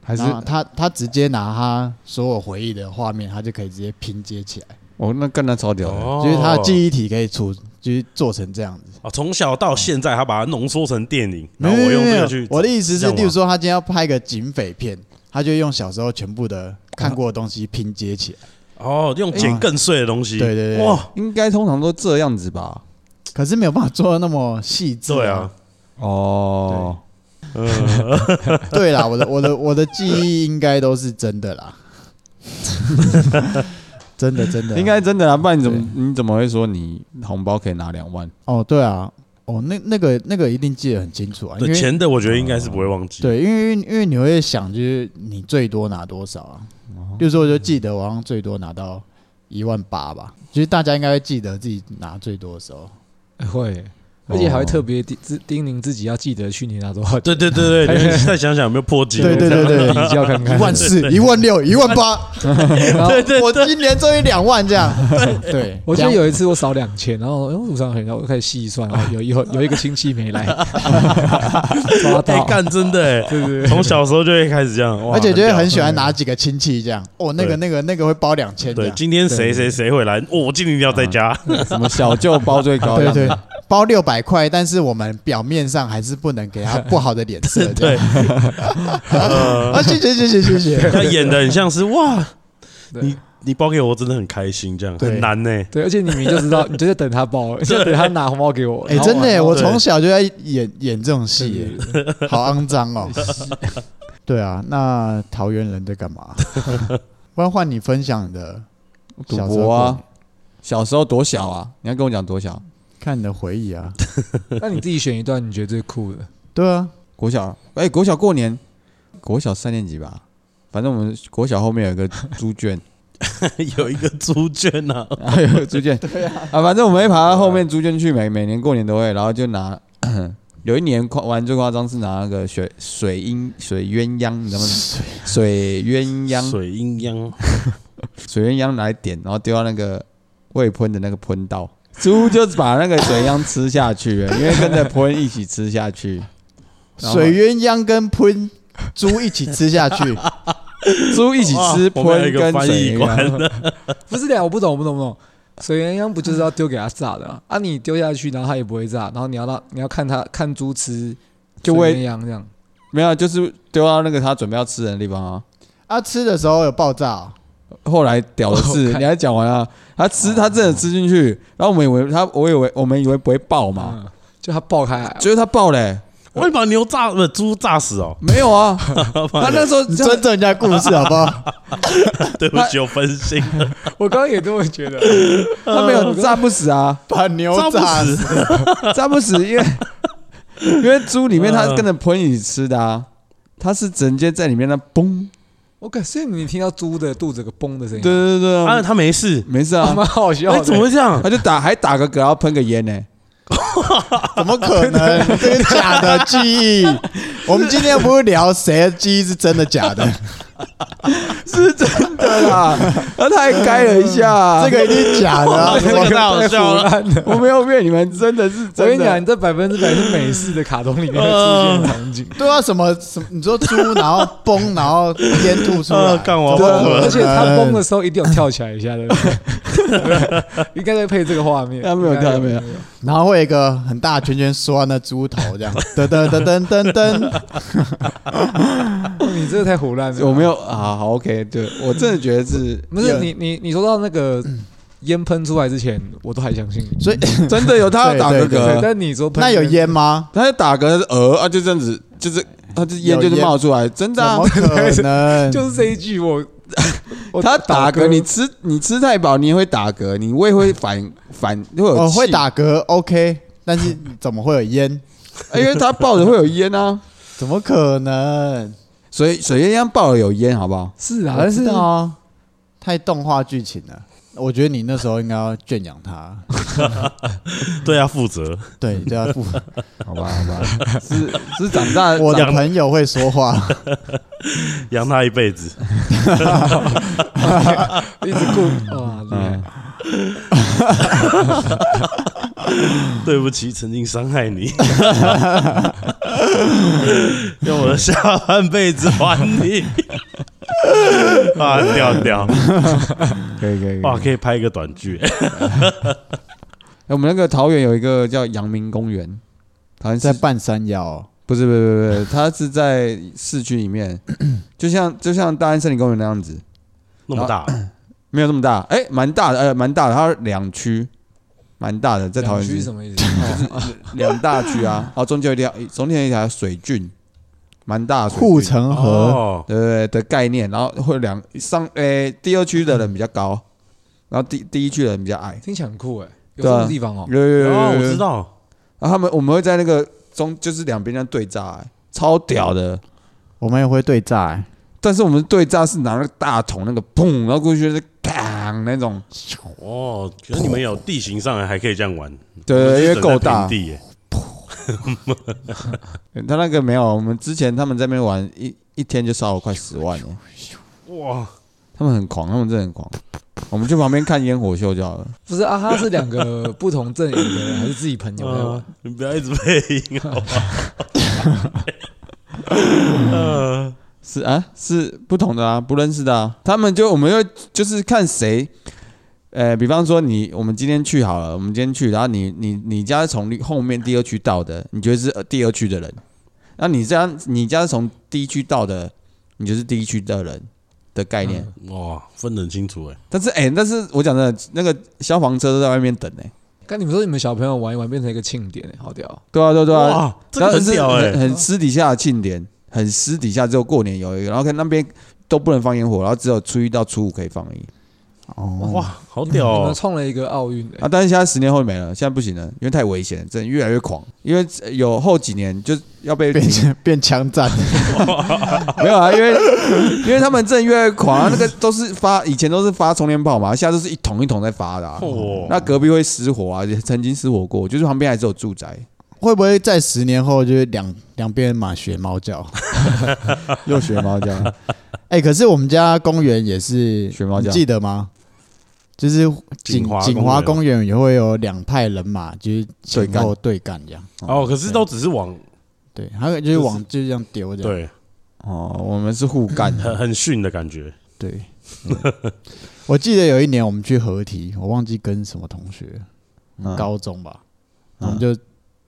S3: 还是
S1: 然后他他直接拿他所有回忆的画面，他就可以直接拼接起来，
S3: 哦，那更他超屌的，
S2: 哦
S1: 就是他的记忆体可以出，就是做成这样子。
S2: 啊，从小到现在，他把它浓缩成电影，然后我用这个去。
S1: 我的意思
S2: 这
S1: 是，
S2: 样吗
S1: 例如说他今天要拍一个警匪片，他就用小时候全部的看过的东西拼接起来。
S2: 哦，用剪更碎的东西。
S1: 哎对对对
S2: 哇，
S3: 应该通常都这样子吧？
S1: 可是没有办法做到那么细致、
S2: 对啊，，
S3: 哦，
S2: 嗯，
S1: 对啦，我的我的我的记忆应该都是真的啦， 真的真的
S3: 应该真的啊，不然你怎么你怎么会说你红包可以拿两万？
S1: 哦，对啊，哦那那个那个一定记得很清楚啊，因
S2: 对，
S1: 为
S2: 钱的我觉得应该是不会忘记。
S1: 对，因为因为你会想就是你最多拿多少啊，
S2: 哦
S1: 比如说我就记得我好像最多拿到一万八吧，就是大家应该会记得自己拿最多的时候，
S4: 哎会，而且还会
S3: 哦
S4: 特别叮叮咛自己要记得去年拿多少，
S2: 对对对对，你再想想有没有破纪录？
S1: 对对对对
S4: 比较看看
S1: 一万 四、一万六、一万八，
S4: 然后
S2: 对对
S1: 我
S2: 对
S1: 今年终于两万这样，对，
S4: 我记
S1: 这
S4: 得
S1: 样
S4: 有一次我少两千，然后哎，我怎么少很多，我就开始细算，然后有一会有一个亲戚没来，抓
S2: 哎
S4: 到，
S2: 干真的哎，
S4: 对对对，
S2: 从小时候就会开始这样，哇
S1: 而且就会
S2: 屌
S1: 很喜欢拿几个亲戚这样，哦那个那个那个会包两千这
S2: 对，
S1: 样。
S2: 今天谁谁谁会来？哦，我今天一定要在家。
S1: 啊
S3: 什么小舅包最高？
S1: 对对，包六百块，但是我们表面上还是不能给他不好的脸色。这
S2: 对 呃
S1: 样，啊，谢谢谢谢谢谢。
S2: 他演的很像是哇，
S4: 对
S2: 你你包给我，我真的很开心，这样
S1: 对
S2: 很难呢。
S4: 对，而且你明就知道，你就在等他包，你就在等他拿红包给我。
S1: 哎、
S4: 然后
S1: 真的耶，
S4: 然后
S1: 我从小就在演演这种戏耶，
S4: 对
S1: 好肮脏 哦。对啊，那桃园人在干嘛？ 不然换你分享的
S3: 赌
S1: 小时候
S3: 博
S1: 过
S3: 啊
S1: 年，，
S3: 小时候多小啊？你要跟我讲多小？
S1: 看你的回忆啊。
S4: 那你自己选一段你觉得最酷的，
S1: 对啊，
S3: 国小，哎，国小过年，国小三年级吧，反正我们国小后面有一个猪圈，
S2: 有一个猪圈啊呐，
S3: 还有猪圈，对啊，啊，反正我们会爬到后面猪圈去，每每年过年都会，然后就拿， 有一年夸玩最夸张是拿那个水水鹰水鸳鸯，你知道吗？水鸳鸯，
S2: 水鸳鸯，
S3: 水鸳鸯来点，然后丢到那个未喷的那个喷道，猪就把那个水鸯吃下去了，因为跟着喷一起吃下去，然后
S1: 水鸳鸯跟喷猪一起吃下去，
S3: 猪一起吃
S2: 哇哦我们有
S3: 喷
S2: 一个
S3: 跟
S2: 翻
S3: 水
S2: 译
S3: 鸳鸯，
S2: 官的，
S4: 不是的呀，我不懂，我不懂，我不懂。水鸳鸯不就是要丢给他炸的啊？啊，你丢下去，然后它也不会炸，然后你要让你要看它看猪吃
S3: 就
S4: 水
S3: 喂
S4: 鸳鸯这样。
S3: 没有，就是丢到那个他准备要吃人的地方啊。
S1: 啊，吃的时候有爆炸、哦，
S3: 后来屌的 是，
S4: 哦看
S3: 你还讲完啊？他吃，他真的吃进去，然后我们以为他，我以为我们以为不会爆嘛，
S4: 嗯，就它爆开来，
S3: 结果他爆嘞，
S2: 我会把牛炸不是猪炸死哦。
S3: 没 有啊，他那时候
S1: 你尊重人家故事好不好？
S2: 对不
S1: 啊
S2: 起，我分心了，
S4: 我刚刚也这么觉得。
S3: 他没有炸不死啊，
S1: 把牛
S2: 炸不
S1: 炸死。
S2: 死。
S3: 炸不死， 因为因为猪里面它跟着喷一起吃的啊，它是直接在里面那嘣
S4: 我感所以你听到猪的肚子有个嘣的声
S3: 对，
S4: 音，
S3: 对对
S2: 啊，
S3: 啊，
S2: 他没事，
S3: 没事
S4: 蛮
S3: 啊，
S4: 好笑
S2: 哎、
S4: 的。
S2: 怎么会这样？
S3: 他就打还打个嗝，然后喷个烟呢。
S1: 怎么可能？这个假的记忆，我们今天不是聊谁的记忆是真的假的，
S3: 是真的 啦，那啊他还该了一下，
S1: 这个一定是假的啊。
S2: 这个太好笑了。
S3: 我没有骗你们，真的是
S4: 我
S3: 真
S4: 跟你讲，
S3: 的。
S4: 你这百分之百是美式的卡通里面 会出现的场景，
S1: 对啊，什么什么？你说猪，然后崩，然后烟吐出来啊
S2: 呃，，干我
S3: 哦
S1: 怎么可
S2: 不可
S1: 能
S4: 而且他崩的时候一定有跳起来一下的， 应该在配这个画面。
S3: 他没有跳他没有
S1: 然后会有一个很大的圈圈拴那猪头，这样噔噔噔噔噔噔。
S4: 哦你这个太胡乱了。
S3: 我没有啊，好 OK，对我真的觉得是
S4: 不是你你你说到那个烟喷出来之前，我都还相信你。
S3: 嗯
S1: 所以
S3: 真的有他打个
S4: 对，
S3: 嗝，
S4: 但你说喷
S1: 那有，烟吗？
S3: 他在打嗝是呃啊，就这样子，就是他这烟就是冒出来，真
S1: 怎
S3: 的啊
S1: 么。可能？
S4: 就是这一句我 我
S3: 他打嗝，
S4: 嗝
S3: 你吃你吃太饱，你也会打嗝，你胃会反反哦会有
S1: 我哦会
S3: 气，
S1: 打嗝，OK，但是怎么会有烟？
S3: 因为他抱着会有烟啊，
S1: 怎么可能？
S3: 所以水烟枪抱着有烟，好不好？
S4: 是啊，
S1: 我
S4: 但
S1: 知
S4: 是
S1: 道啊，太动画剧情了。我觉得你那时候应该要圈养他，
S2: 对啊，负责。
S1: 对，就要负。
S3: 好吧，好吧， 是是长大
S1: 我的
S2: 养
S1: 朋友会说话，
S2: 养他一辈子，
S4: 一直 顾哇厉害
S3: 嗯。
S2: 对不起，曾经伤害你， 用我的下半辈子还你。啊，屌屌！
S3: 嗯可以可以可
S2: 哇，
S3: 以。
S2: 可以拍一个短剧，
S3: 我们那个桃园有一个叫阳明公园，好 像
S1: 在
S3: 在
S1: 半山腰。
S3: 不是不是不是，不是它是在市区里面，就像就像大安森林公园那样子，
S2: 那么大，
S3: 啊没有这么大，哎，蛮大的，呃，蛮大的，它两区，蛮大的，在桃园
S4: 两区
S3: 市
S4: 什么意 思？哦啊
S3: 两大区啊，然后中间有一条，中间有一条水郡，蛮大的水
S1: 护
S3: 郡，
S1: 城河，
S2: 哦，
S3: 对对对的概念，然后会两上，哎，第二区的人比较高，然后第第一区的人比较矮，
S4: 听起来很酷哎，有这
S3: 对啊
S4: 种地方哦。
S3: 有有有有有
S2: 哦，我
S3: 有
S2: 知道，
S3: 然后他们我们会在那个中，就是两边这样对炸、欸，超屌的。
S1: 我们也会对炸、欸
S3: 但是我们对炸是拿那个大桶那个砰，然后过去就是砰那种，
S2: 哦，可是你们有地形上来还可以这样玩，我
S3: 对，
S2: 们
S3: 因
S2: 就
S3: 为
S2: 是
S3: 够
S2: 整在
S3: 大
S2: 平。地耶，
S3: 他那个没有，我们之前他们在那边玩一一天就烧了快十万了，
S2: 哇，
S3: 他们很狂，他们真的很狂。我们去旁边看烟火秀就好了。
S4: 不是啊，他是两个不同阵营的人，还是自己朋友在玩
S2: 嗯？你不要一直配音好吧？呃，
S3: 是啊，是不同的啊，不认识的啊。他们就我们就就是看谁，呃，比方说你，我们今天去好了，我们今天去，然后你你你家是从后面第二区到的，你就是呃第二区的人。那你这样，你家是从第一区到的，你就是第一区的人的概念。
S2: 嗯哇，分得很清楚哎，
S3: 但是哎、但是我讲真的，那个消防车都在外面等呢、
S4: 跟你们说，你们小朋友玩一玩变成一个庆典、欸，好屌！
S3: 对啊，对啊对啊，
S2: 哇，这个
S3: 然后
S2: 很
S3: 是
S2: 屌哎
S3: 很，很私底下的庆典，很私底下只有过年有一个，然后看那边都不能放烟火，然后只有初一到初五可以放而已。
S1: 哦，
S2: 哇，好屌
S4: 你们
S2: 哦！
S4: 创了一个奥运、 欸，
S3: 啊，但是现在十年后没了，现在不行了，因为太危险了，真的越来越狂。因为呃有后几年就要 被
S1: 变成变枪战，
S3: 没有啊，因为 因为他们真的越来越狂、啊，那个都是发以前都是发充电炮嘛，现在都是一桶一桶在发的、啊。
S2: 哦
S3: 那隔壁会失火啊，也曾经失火过，就是旁边还是有 住宅，
S1: 会不会在十年后就是两两边马学猫叫？
S3: 又学猫叫，
S1: 哎、可是我们家公园也是
S3: 学猫叫
S1: 你记得吗？就是
S2: 锦
S1: 锦
S2: 华
S1: 锦华公园啊也会有两派人马，就是前后对干这样。
S2: 哦，可是都只是往
S1: 对，还有就是往就是这样丢这样。
S2: 对
S3: 哦，我们是互干的，
S2: 很很逊的感觉，
S1: 对对。我记得有一年我们去合体，我忘记跟什么同学，
S3: 嗯
S1: 高中吧，我
S3: 嗯
S1: 们就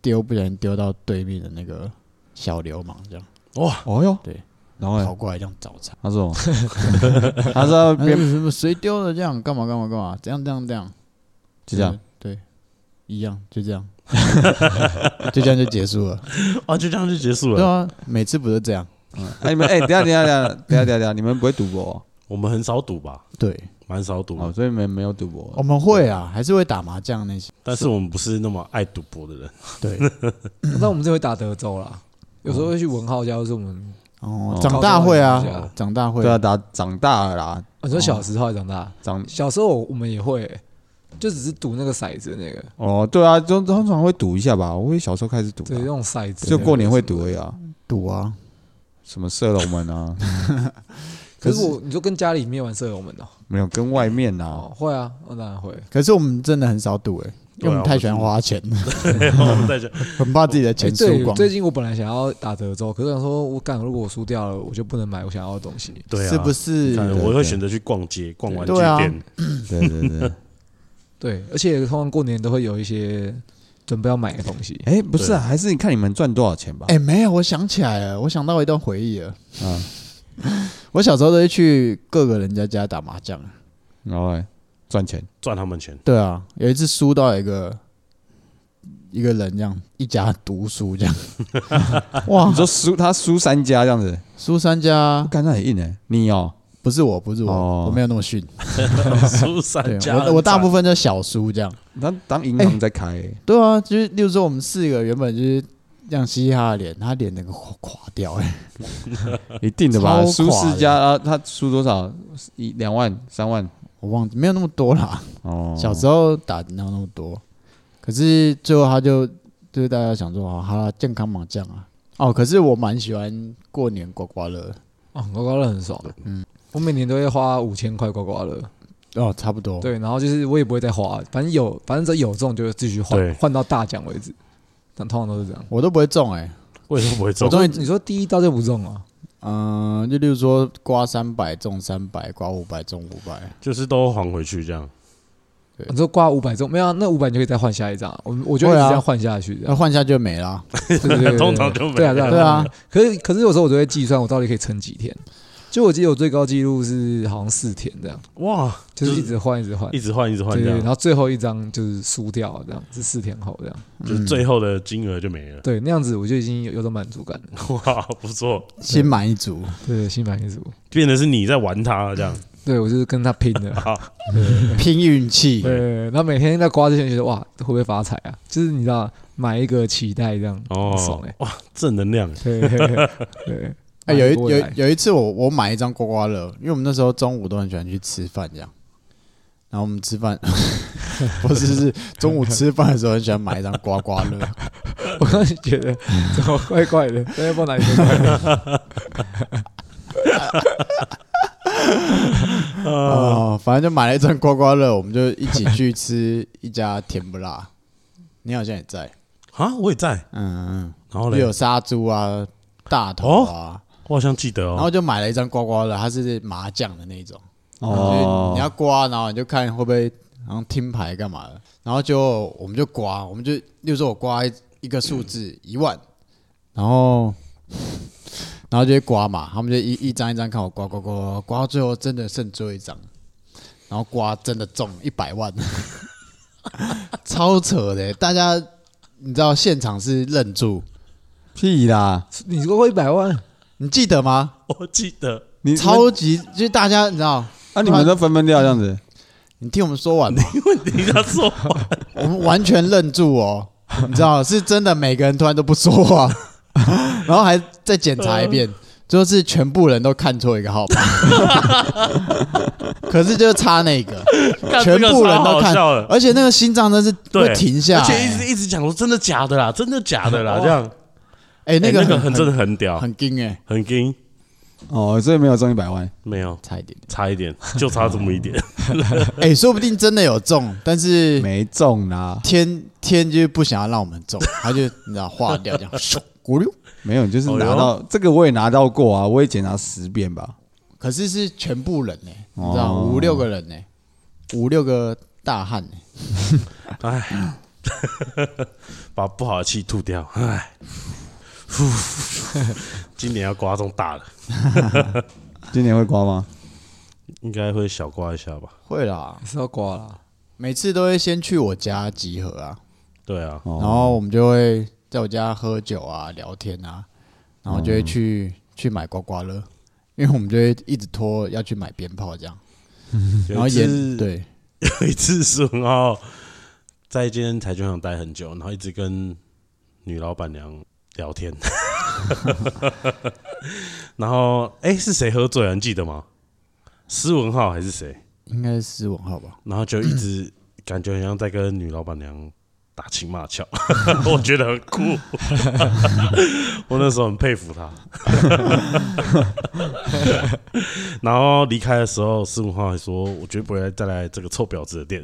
S1: 丢，不小心丢到对面的那个小流氓这样。
S2: 哇，
S3: 哦哟，
S1: 对，
S3: 然后
S1: 跑
S3: 嘞
S1: 过来这样找茬，
S3: 他说什 么，他说
S1: 别
S3: 别
S1: 什么谁丢的这样干嘛干嘛干嘛，这样这样这样，
S3: 就这样，
S1: 对，一样就这样， 就这样就结束了，
S2: 哦，就这样就结束
S1: 对
S2: 了。
S1: 啊，每次不是这样，
S3: 哎你们哎，等一下等一下等一下等一下等一下，你们不会赌博
S2: 我们很少赌吧，
S1: 对，
S2: 蛮少赌
S3: 哦，哦
S2: 的，
S3: 所以你们没有赌博
S1: 我，们会啊，还是会打麻将那些，
S2: 但是我们不是那么爱赌博的人。
S1: 对，
S4: 那我们这回打德州啦，有时候会去文浩家，或是我们
S1: 哦
S3: 哦，
S1: 长大会
S4: 高中会一
S1: 啊
S4: 下，
S1: 长大会
S3: 对啊，打长大了啦，
S4: 哦你说小时候还长大？
S3: 长
S4: 小时候我们也会、欸就只是赌那个骰子的那个，
S3: 哦，对啊，就通常会赌一下吧。我也小时候开始赌
S4: 对，
S3: 啦
S4: 那，种骰子。
S3: 就过年会赌而已啊，
S1: 赌啊，
S3: 什么射龙门 啊，
S4: 可是我，你说跟家里面玩射龙门哦？
S3: 没有跟外面啊，
S4: 哦，会啊，我当然会。
S1: 可是我们真的很少赌哎，因为我们
S2: 对啊
S1: 太喜欢花钱，
S2: 我们再讲，
S1: 很怕自己的钱
S4: 哎
S1: 输
S4: 对，
S1: 光。
S4: 最近我本来想要打德州，可是我想说，我干，如果我输掉了，我就不能买我想要的东西。
S2: 对啊，
S1: 是不
S2: 看
S1: 是？
S2: 我会选择去逛街，逛玩具
S1: 对啊
S2: 店，
S3: 对对 对。
S4: 对，而且通常过年都会有一些准备要买的东西。
S3: 哎，不是啊，还是你看你们赚多少钱吧。
S1: 哎，没有，我想起来了，我想到一段回忆了。
S3: 嗯，
S1: 我小时候都会去各个人家家打麻将。
S3: 然后嘞赚钱，
S2: 赚他们钱。
S1: 对啊，有一次输到一个一个人这样，一家独输这样，哇
S3: 你，说输他输三家这样子，
S1: 输三家
S3: 干那很硬哎。你哦，
S1: 不是我，不是我，
S3: 哦
S1: 我没有那么逊，
S2: 苏
S1: 对
S2: 三家很
S1: 我
S2: 惨，
S1: 我大部分都小输这样。
S3: 那当银行在开欸，
S1: 对啊，就是例如说我们四个原本就是这样嘻嘻哈哈的脸，他脸整个垮垮掉哎、
S3: 一定的吧？
S1: 超
S3: 输
S1: 垮
S3: 四
S1: 的
S3: 家啊，他输多少？一两万、三万
S1: 我忘记没有那么多啦，
S3: 哦。
S1: 小时候打哪有那么多，可是最后他就就是大家想说啊，好了，健康麻将啊。哦，可是我蛮喜欢过年刮刮乐的，
S4: 哦，刮刮乐很爽。嗯，我每年都会花五千块刮刮乐。
S1: 哦，差不多，
S4: 对，然后就是我也不会再花，反正有，反正只要有中就继续
S2: 对
S4: 换，换到大奖为止。但通常都是这样。
S1: 我都不会中哎、
S2: 为什么不会中
S1: 我？终于
S4: 你说第一道就不中啊？
S1: 嗯，就例如说刮三百中三百，刮五百中五百，
S2: 就是都还回去这样。
S4: 你说刮五百中没有、啊？那五百你就可以再换下一张啊。我我就一直
S1: 会啊
S4: 这样换下去，这
S1: 那
S4: 样。
S1: 换下就没了。
S4: 对对对对
S2: 通常就没
S4: 对啊对啊
S1: 对啊，
S4: 可是可是有时候我就会计算我到底可以撑几天。就我记得我最高记录是好像四天这样，
S2: 哇，
S4: 就是一直换一直换，
S2: 一直换，一直换这
S4: 对对，然
S2: 样，
S4: 后最后一张就是输掉这样，是四天后这样。
S1: 嗯
S2: 就是最后的金额就 没了。
S4: 对，那样子我就已经有有种满足感了。
S2: 哇，不错，
S1: 心满意足，
S4: 对对，心满意足。
S2: 变得是你在玩它了这样。
S4: 对我就是跟他拼的。
S2: 好，
S1: 拼运气。
S4: 对，然后每天在刮之前觉得哇，会不会发财啊？就是你知道，买一个期待这样，
S1: 嗯
S2: 哦
S4: 很爽
S1: 欸
S4: 哎、
S2: 哇，正能量，
S4: 对对对，
S1: 哎，有一
S4: 买过来
S1: 有有一次我我买一张刮刮乐，因为我们那时候中午都很喜欢去吃饭这样，然后我们吃饭 不是是中午吃饭的时候很喜欢买一张刮刮 乐，
S2: 啊
S4: 我刚才觉得怎么怪怪的，大家不知道哪里怪怪的。
S1: 哦，反正就买了一张刮刮乐，我们就一起去吃一家甜不辣，你好像也在，
S2: 啊，我也在。
S1: 嗯
S2: 然后
S1: 嗯，
S2: 嘞
S1: 又，有杀猪啊、大头啊。
S2: 我好像记得
S1: 然后
S2: 哦，
S1: 就买了一张刮刮乐，它是麻将的那一种，就是你要
S3: 哦，
S1: 刮，然后你就看会不会然后听牌干嘛的，然后就我们就刮，我们就，例如说我刮一一个数字一万，然后然后就会刮嘛，他们就一一张一张看我刮刮刮刮刮到最后真的剩最后一张，然后刮真的中一百万，超扯的，大家你知道现场是愣住，
S3: 屁啦！
S4: 你如果一百万，
S1: 你记得吗？
S2: 我记得
S3: 你
S1: 超级就是大家你知道。
S3: 啊，你们都分分掉这样子，
S1: 你听我们说完吧，
S2: 你要说话
S1: 我们完全愣住 哦，你知道，是真的，每个人突然都不说话，然后还再检查一遍，最后是全部人都看错一个号码， 可是就差那个，
S2: 干
S1: 全
S2: 这个
S1: 部人
S2: 超
S1: 都
S2: 好
S1: 看
S2: 笑，了，
S1: 而且那个心脏真是
S2: 对
S1: 会停下来，
S2: 而且一直一直讲说真的假的啦，真的假的啦，这样
S1: 哎，
S2: 哎
S1: 那个
S2: 那个很真
S1: 很
S2: 的很屌，
S1: 很惊哎，
S2: 很硬，
S3: 哦，所以没有中一百万。
S2: 没有
S1: 差一点，
S2: 差一点，就差这么 一点。
S1: 哎，说不定真的有中，但是
S3: 没中啊啦，
S1: 天天就不想要让我们中，他就你知道化掉 这样，咻咕溜，
S3: 没有，你就是
S2: 哦
S3: 拿
S2: 哟
S3: 到、这个我也拿到过啊，我也检查十遍吧。
S1: 可是是全部人呢、你知道
S3: 哦
S1: 五六个人呢、五六个大汉呢、
S2: 哎， 把不好的气吐掉。 哎，呼今年要刮中大了，
S3: 今年会刮吗？
S2: 应该会小刮一下吧？
S1: 会啦，
S4: 还是要刮啦。
S1: 每次都会先去我家集合啊，
S2: 对啊，
S3: 哦
S1: 然后我们就会在我家喝酒啊、聊天啊，然后就会去、去买刮刮乐，因为我们就会一直拖要去买鞭炮这样，然
S2: 有
S1: 后
S2: 一
S1: 也
S2: 次，
S1: 对，
S2: 有一次是很好，在一间台球行待很久，然后一直跟女老板娘聊天， 然后，哎、是谁喝醉了？你记得吗？施文浩还是谁？
S1: 应该是施文浩吧？
S2: 然后就一 直感觉好像在跟女老板娘打情骂俏， 我觉得很酷。 我那时候很佩服他。 然后离开的时候，四五号还说：“我绝不会再来这个臭婊子的店。”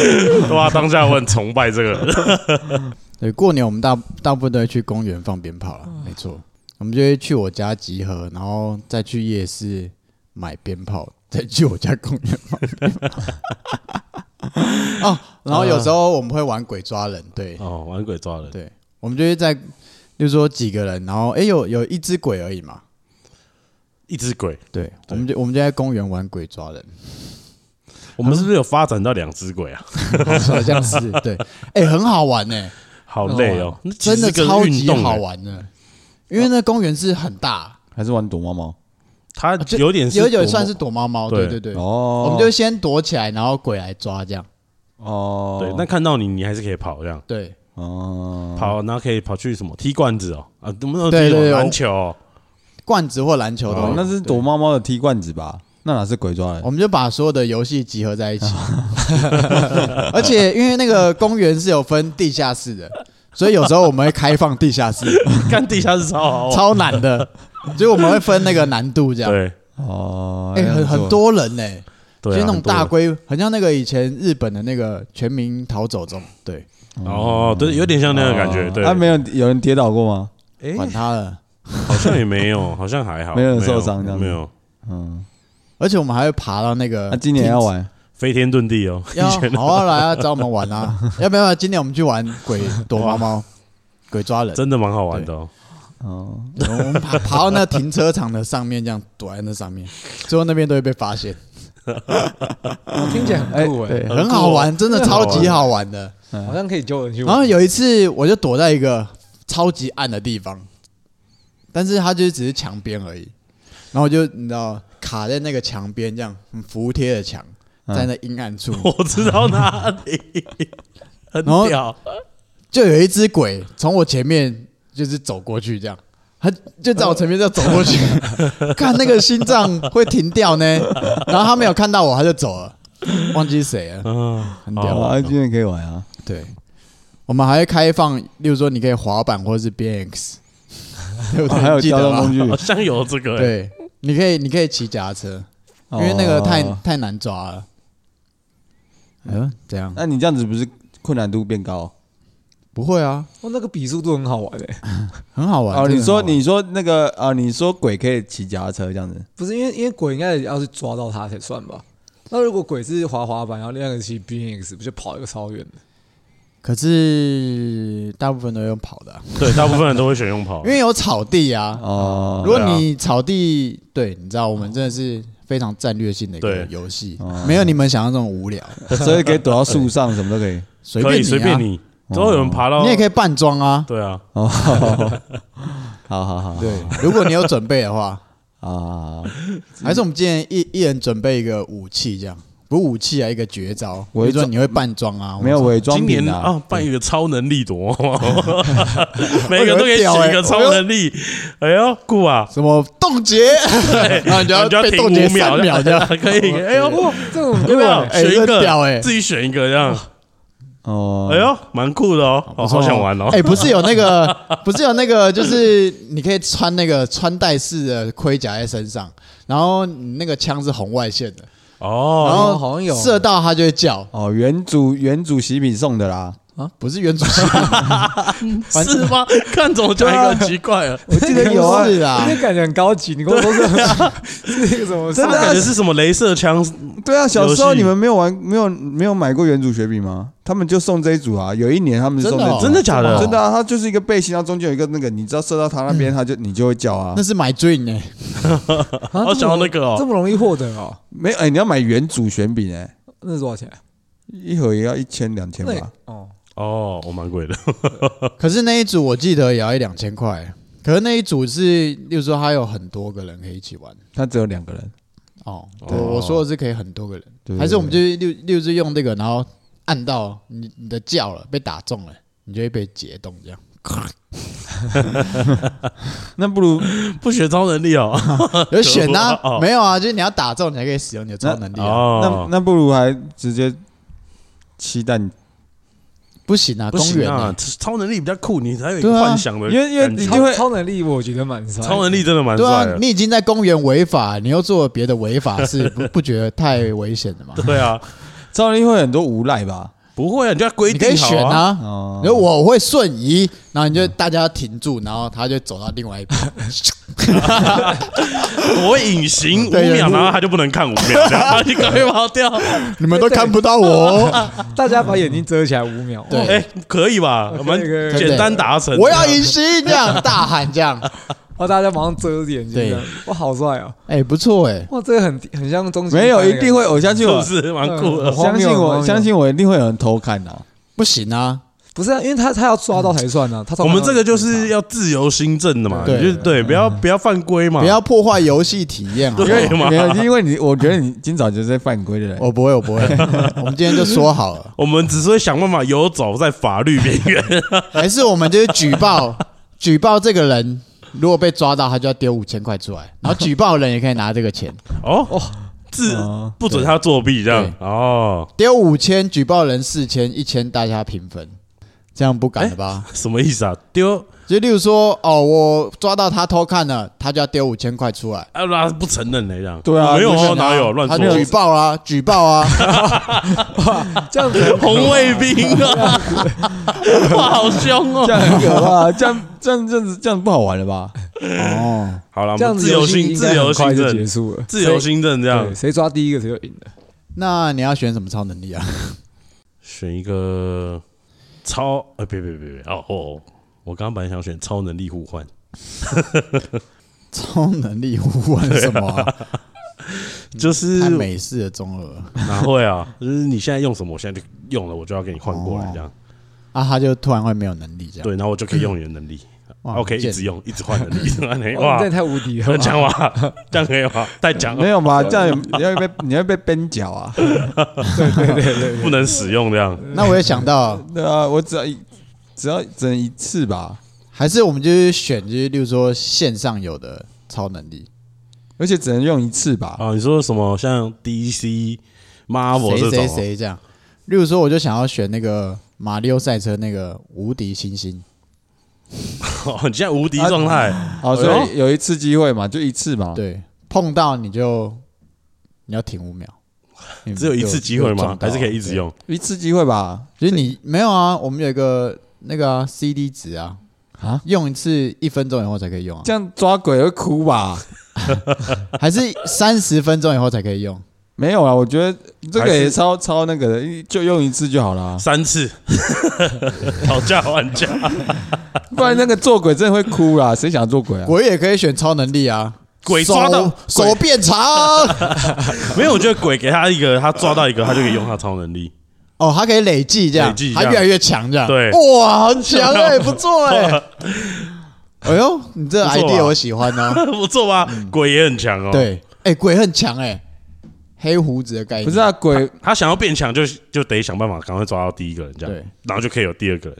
S2: 哇，当下我很崇拜这个人。
S1: 对，过年我们大大部分都会去公园放鞭炮了，没错。我们就会去我家集合，然后再去夜市买鞭炮，再去我家公园放鞭炮。哦，然后有时候我们会玩鬼抓人，对，
S2: 哦，玩鬼抓人。
S1: 对，我们就是在，就是说几个人，然后诶，有有一只鬼而已嘛，
S2: 一只鬼，
S1: 对，我们就我们就在公园玩鬼抓人，
S2: 我们是不是有发展到两只鬼啊？
S1: 好像是对，诶，很好玩呢、
S2: 好累哦，那其实
S1: 真的
S2: 是个
S1: 超
S2: 运
S1: 级
S2: 动欸
S1: 好。玩的，因为那公园是很大，
S3: 还是玩躲猫猫？
S2: 它
S1: 就
S2: 有点是
S1: 啊有点
S2: 躲
S1: 算是躲猫猫，对
S2: 哦对
S1: 对对，
S3: 哦，
S1: 我们就先躲起来，然后鬼来抓这样，
S3: 哦，
S2: 对，但看到你，你还是可以跑这样。
S1: 对
S3: 哦，
S2: 跑，然后可以跑去什么踢罐子哦，啊，我们
S1: 对
S2: 踢什么
S1: 对对
S2: 篮球哦，
S1: 罐子或篮球都
S3: 哦
S1: 有，
S3: 那是躲猫猫的踢罐子吧？那哪是鬼抓人
S2: 哦
S1: 我？们就把所有的游戏集合在一起，而且因为那个公园是有分地下室的，所以有时候我们会开放地下室，
S2: 干地下室超好玩，
S1: 超啊难的，所以我们会分那个难度这样。
S2: 哦对
S3: 哦，
S1: 哎、
S3: 那
S1: 很
S3: 不错
S1: 很多人呢、就
S2: 对
S1: 是
S2: 啊，
S1: 那种
S2: 很多
S1: 大龟，很像那个以前日本的那个全民逃走中，对，
S2: 哦，对，有点像那个感觉，
S3: 哦
S2: 对，
S3: 啊，没有有人跌倒过吗？
S1: 管他了。
S2: 好像也没有， 好像还好，
S3: 没有人受伤这样子
S2: 没有
S3: 嗯，
S1: 而且我们还会爬到那个，
S3: 那啊今年要，玩
S2: 飞天遁地哦，
S1: 要好啊，来啊，找我们玩啊，要不要？今年我们去玩鬼躲猫猫，鬼抓人，
S2: 真的蛮好玩的哦，
S3: 哦，
S1: 对我们爬爬到那停车场的上面，这样躲在那上面，最后那边都会被发现，
S4: 听起来很酷哎，
S3: 对
S1: 很好玩，真的超级好玩的。
S4: 好像可以揪人去
S1: 然后
S4: 玩。
S1: 有一次，我就躲在一个超级暗的地方，但是它就只是墙边而已。然后我就你知道卡在那个墙边，这样很服帖的墙，在那阴暗处，
S2: 我知道哪 里，很
S1: 然后
S2: 屌，
S1: 就有一只鬼从我前面就是走过去，这样，它就在我前面这样走过去，看那个心脏会停掉呢。然后他没有看到我，他就走了，忘记是谁了。
S2: 嗯，
S1: 很
S2: 好
S1: 屌
S2: 玩
S3: 啊，今年可以玩啊，
S1: 对，我们还会开放，例如说你可以滑板或者是 BMX，对不
S3: 哦
S1: 对？
S3: 还有
S1: 记
S3: 交
S1: 得啊
S3: 通
S1: 吗
S3: 工具，
S2: 好像有这个，欸，
S1: 对，你可以你可以骑脚踏车，因
S3: 哦
S1: 为那个太、太难抓了。哎呦，这样
S3: 那你这样子不是困难度变高？
S1: 不会啊，
S4: 哇，那个比速度很好玩哎，
S1: 很好玩。
S3: 哦，
S1: 真的
S3: 你说
S1: 很好玩
S3: 你说那个啊，你说鬼可以骑脚踏车这样子，
S4: 不是因为因为鬼应该也要去抓到它才算吧？那如果鬼是滑滑板，然后另外一个骑 B X，不就跑一个超远的？
S1: 可是大部分都用跑的啊、
S2: 对，大部分人都会选用跑
S1: 因，为有草地啊。
S3: 哦
S1: 如果
S2: 对啊
S1: 你草地，对，你知道我们真的是非常战略性的一个
S2: 对
S1: 游戏
S3: 哦，
S1: 没有你们想象中无聊，
S3: 所以可以躲到树上，什么都可以。
S1: 随
S2: 可以
S1: 便
S2: 随
S1: 啊
S2: 便，你，都有人爬到，
S1: 你也可
S2: 以，
S1: 以扮装啊。
S2: 对啊，
S3: 哦， 好好好，
S1: 对，如果你有准备的话，
S3: 啊，
S1: 还是我们今天一一人准备一个武器，这样不是武器啊，一个绝招。我
S3: 伪
S1: 就说
S3: 装
S1: 你会扮装啊，
S3: 没有
S1: 我
S3: 伪装
S2: 今年
S3: 品
S2: 啊，
S3: 啊，
S2: 办一个超能力夺， 每个都
S1: 我以
S2: 可以
S1: 为屌欸
S2: 选一个超能力，
S3: 欸
S2: 哎呦，酷啊！
S1: 什么冻结， 然后你就
S2: 然
S1: 要
S2: 后就 要
S1: 被
S2: 停
S1: 冻结
S2: 五
S1: 三 秒这样，
S2: 可以。
S3: 哦
S2: 哎呦，
S4: 哇，这种
S2: 有没有
S1: 哎
S2: 选一
S1: 这屌
S2: 个？
S1: 哎
S2: 自己选一个这样。
S3: 哦，
S2: 哎呦，蛮酷的哦，哦好想玩哦。
S1: 哎，不是有那个，不是有那个，就是你可以穿那个穿戴式的盔甲在身上，然后你那个枪是红外线的，然
S2: 哦，
S1: 后
S4: 好像有
S1: 射到它就会叫，
S3: 哦，原主原主喜饼送的啦，
S1: 不是原主席，哎
S2: 是吗？看怎么讲一个很奇怪 了，
S4: 我记得有啊，
S1: 是啊
S4: 那感觉很高级。你跟我说是是那个什 么？
S3: 真的啊
S2: 感觉是什么镭射枪？
S3: 对啊，小时候
S2: 游戏
S3: 你们没有玩，没有没有买过原主雪饼吗？他们就送这一组啊。有一年他们是
S1: 真
S3: 送
S1: 的
S3: 这
S1: 哦
S3: 组，
S2: 真的假的
S3: 真的啊，它就是一个背心，然后中间有一个那个，你知道射到它那边，它就你就会叫啊
S1: 那。是 my dream 哎，
S4: 啊
S2: 好想要那个
S4: 这
S2: 哦。
S4: 么容易获得哦？
S3: 没有哎，你要买原主卷饼哎，
S4: 那是多少钱？
S3: 一盒也要一千两千
S4: 那也
S3: 吧。
S4: 哦，
S2: 哦，我蛮贵的。
S1: 可是那一组我记得也要一两千块，可是那一组是，例如说他有很多个人可以一起玩。
S3: 它只有两个人，
S1: 哦，
S2: 哦
S1: 对，我说的是可以很多个人，
S3: 对
S1: 还是我们就是六六是用这个，然后按到你你的叫了，被打中了，你就会被解冻这样。
S3: 那不如
S2: 不学超能力哦。
S1: 有选呐、
S2: 哦
S1: 没有啊，就是你要打中，你才可以使用你的超能
S3: 嗯
S1: 力啊。
S3: 那
S2: 哦，
S3: 那不如还直接期待你，
S1: 不行啊，
S2: 不
S1: 公
S2: 行
S1: 园
S2: 啊
S1: 啊，，
S2: 超能力比较酷，你才有一
S1: 对
S2: 个
S1: 啊
S2: 幻想的感
S3: 因
S2: 觉，
S3: 为因为你
S4: 超
S3: 就会
S4: 超能力，我觉得蛮帅的。
S2: 超能力真的蛮
S1: 对
S2: 帅
S1: 啊，
S2: 的。
S1: 你已经在公园违法，你又做了别的违法事，不 不觉得太危险 了吗？
S2: 对啊，
S3: 超能力会很多无赖吧？
S2: 不会啊，你就要规
S1: 你可
S2: 定
S1: 以选
S2: 好啊。
S1: 啊，
S3: 哦
S1: 然，后我会瞬移，然后你就大家停住，然后他就走到另外一边。
S2: 我会隐形五
S1: 对
S2: 秒，
S1: 对
S2: 然后他就不能 看五秒，这样你赶快跑掉。
S1: 你们都看不到我
S2: 啊
S1: 哦，
S4: 大家把眼睛遮起来五秒。
S1: 对
S2: 哎，可以吧？
S4: 可以
S2: 我们
S4: 可以
S2: 简单达成。
S1: 我要隐形，这样大喊这样，
S4: 哇，大家马上遮眼睛，这样哇，好帅哦！
S1: 哎，不错哎，
S4: 哇，这个很很像终极班
S3: 没
S4: 那个，
S3: 有，一定会，我相信
S2: 是
S3: 我
S2: 不，是蛮酷的
S4: 嗯？
S3: 相信
S4: 荒
S3: 我，
S4: 谬
S3: 相信我一定会有人偷看的、
S1: 不行啊，
S4: 不是啊，因为他他要抓到才算
S3: 嗯
S4: 啊。他
S2: 我们这个就是要自由新政的嘛，
S1: 对
S2: 你就是
S3: 嗯
S2: 对，不要不要犯规嘛，
S1: 不要破坏游戏体验啊好不
S3: 因
S1: 好
S2: 啊对
S3: 为
S2: 嘛
S3: 没有，因为你，我觉得你今早就是在犯规的人。
S1: 哦我不会，我 不会，我们今天就说好了，
S2: 我们只是会想办法游走在法律边 缘。
S1: 还是我们就是举报， 举报这个人，如果被抓到，他就要丢五千块出来，然后举报人也可以拿这个钱，
S2: 哦，自
S3: 哦
S2: 不准他作弊这样哦，
S1: 丢五千，举报人四千，一千大家平分，这样不敢了吧？
S2: 什么意思啊？丢
S1: 就例如说，哦，我抓到他偷看了，他就要丢五千块出来。
S2: 啊，那不承认嘞这样。
S3: 对啊
S2: 没有
S1: 不
S2: 哦，
S1: 行啊
S2: 哪有乱
S1: 他
S2: 说？，
S1: 举报啊，举报啊，
S4: 这样子
S2: 红卫兵 啊，哇，好凶
S3: 这
S2: 哦！
S3: 样很可怕，这样这样这样子这样不好玩了吧？
S1: 哦，
S2: 好了，我
S4: 这样
S2: 们
S4: 子
S2: 自由
S4: 游戏
S2: 新
S4: 应
S2: 自
S4: 该
S2: 由
S4: 很快
S2: 新
S4: 就结
S2: 政，
S4: 束了。
S2: 自由新政这样
S4: 对，谁抓第一个谁就赢了。
S1: 那你要选什么超能力啊？
S2: 选一个超呃，别别别别哦哦，我刚刚本来想选超能力互换，
S1: 超能力互换是什么啊、
S2: 就是啊
S1: 太美式的中二了
S2: 哪会啊？就是你现在用什么，我现在就用了，我就要给你换过来这样。
S1: 啊，他就突然会没有能力这样。
S2: 对，然后我就可以用你的能力
S1: 哇
S2: ，OK，
S1: 很贱
S2: 一直用，一直换能力，一直换能力，哇
S4: 哇，你真，的太无敌
S2: 很
S4: 了！
S2: 强哇，这样可以吗？太强
S3: 没
S2: 了，
S3: 有吧？这样你要被你要被边角 啊？
S2: 不能使用这样。
S1: 那我也想到，
S3: 对啊，我只要一只要只能一次吧，
S1: 还是我们就是选，就是例如说线上有的超能力，
S3: 而且只能用一次吧。
S2: 啊，你说什么？像 DC、Marvel
S1: 谁
S2: 这种
S1: 谁
S2: 哦，
S1: 谁这样。例如说，我就想要选那个马里奥赛车那个无敌星星，
S2: 哦 你现在无敌状态，
S3: 好，所以有一次机会嘛，就一次
S2: 啊
S3: 嘛。
S1: 对，碰到你就你要停五秒，你
S2: 只有一次机会
S1: 就
S2: 吗
S1: 撞？到
S2: 还是可以一直用？
S3: 一次机会吧。
S1: 就是你没有啊，我们有一个那个啊、CD 值啊，
S3: 啊，
S1: 用一次一分钟以后才可以用啊
S3: 这，样抓鬼会哭吧？
S1: 还是三十分钟以后才可以 用？
S3: 没有啊，我觉得这
S2: 还
S3: 个
S2: 是
S3: 也超超那个的，一就用一次就好了，啊
S2: 三次讨价还价，
S3: 不然那个做鬼真的会哭啦，谁想做鬼啊？
S1: 鬼也可以选超能力啊，
S2: 鬼抓到
S1: 手
S2: 鬼
S1: 手变 长
S2: 没有，我觉得鬼给他一个，他抓到一个，他就可以用他超能力。
S1: 哦，它可以累计这样
S2: 累计，这
S1: 它
S2: 样
S1: 越来越强这样，
S2: 对
S1: 哇，很强哎，不错哎，哎呦，你这
S2: 不错啊
S1: idea 我喜欢 哦，
S2: 不错吧？鬼也很强哦。，
S1: 对，哎，鬼很强哎，黑胡子的概念
S3: 不是啊，鬼
S2: 他想要变强，就就得想办法赶快抓到第一个人，这样
S1: 对，
S2: 然后就可以有第二个人，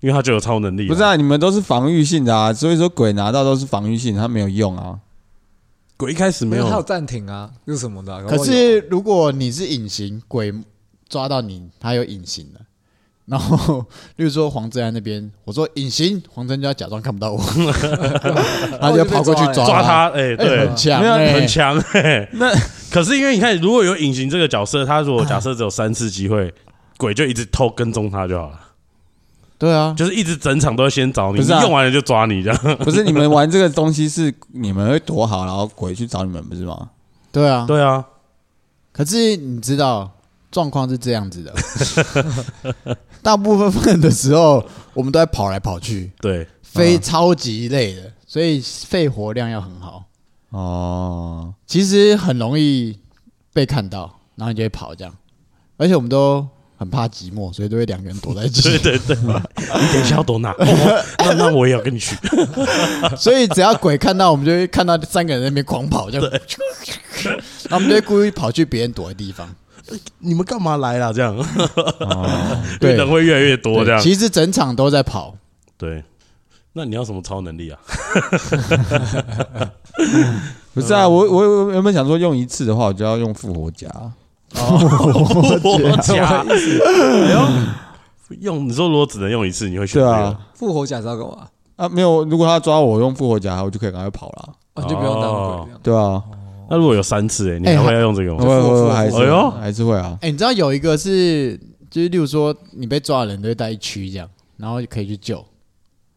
S2: 因为他就有超能力了。
S3: 不是啊，你们都是防御性的啊，所以说鬼拿到都是防御性，它没有用啊。
S2: 鬼一开始没
S4: 没有，他有
S2: 有，
S4: 暂停啊，又什么的啊。搞不
S1: 可
S4: 好
S1: 是如果你是隐形鬼，抓到你，他有隐形的。然后，例如说黄志安那边，我说隐形，黄志安就要假装看不到我，他就跑过去抓他，
S2: 抓他，哎，
S1: 哎
S2: 对
S1: 很，强、
S3: 没有
S1: 欸，
S2: 很。强。嘿
S3: 那
S2: 可是因为你看，如果有隐形这个角色，他如果假设只有三次机会，鬼就一直偷跟踪他就好了，
S1: 对啊，
S2: 就是一直整场都会先找你，
S3: 不
S2: 你
S3: 是啊
S2: 用完了就抓你这样。
S3: 不是你们玩这个东西是你们会躲好，然后鬼去找你们，不是吗？
S1: 对啊。
S2: 对啊，
S1: 可是你知道状况是这样子的， 大部分的时候我们都在跑来跑去，
S2: 对，
S1: 非超级累的，所以肺活量要很好。
S3: 哦，
S1: 其实很容易被看到，然后你就会跑这样。而且我们都很怕寂寞，所以都会两个人躲在一
S2: 对
S1: 起。
S2: 对对，你等一下要 躲哪？哦那那我也要跟你去。
S1: 所以只要鬼看到我们，就会看到三个人在那边狂跑，这样。然后我们就会故意跑去别人躲的地方。
S2: 你们干嘛来啦？这样，
S3: 哦，
S1: 对
S2: 人会越来越多这
S1: 对
S2: 样。
S1: 其实整场都在跑，
S2: 对，那你要什么超能力啊？
S3: 不是啊，我我我原本想说用一次的话，我就要用复活甲，
S2: 我夹，哎呦用你说如果只能用一次，你会选
S3: 对
S2: 这个？
S3: 啊，
S4: 复活甲是要干嘛？
S3: 啊没有，如果他抓我用复活甲，我就可以赶快跑了，
S4: 啊，你就不用当鬼这样。
S3: 对啊，
S2: 那如果有三次，哎，你
S1: 哎
S2: 还会要用这个
S3: 我
S2: 吗？
S3: 会我会还
S2: 哎呦
S3: 是还是会啊，
S1: 哎、你知道有一个是，就是例如说你被抓的人都会带一区这样，然后就可以去救，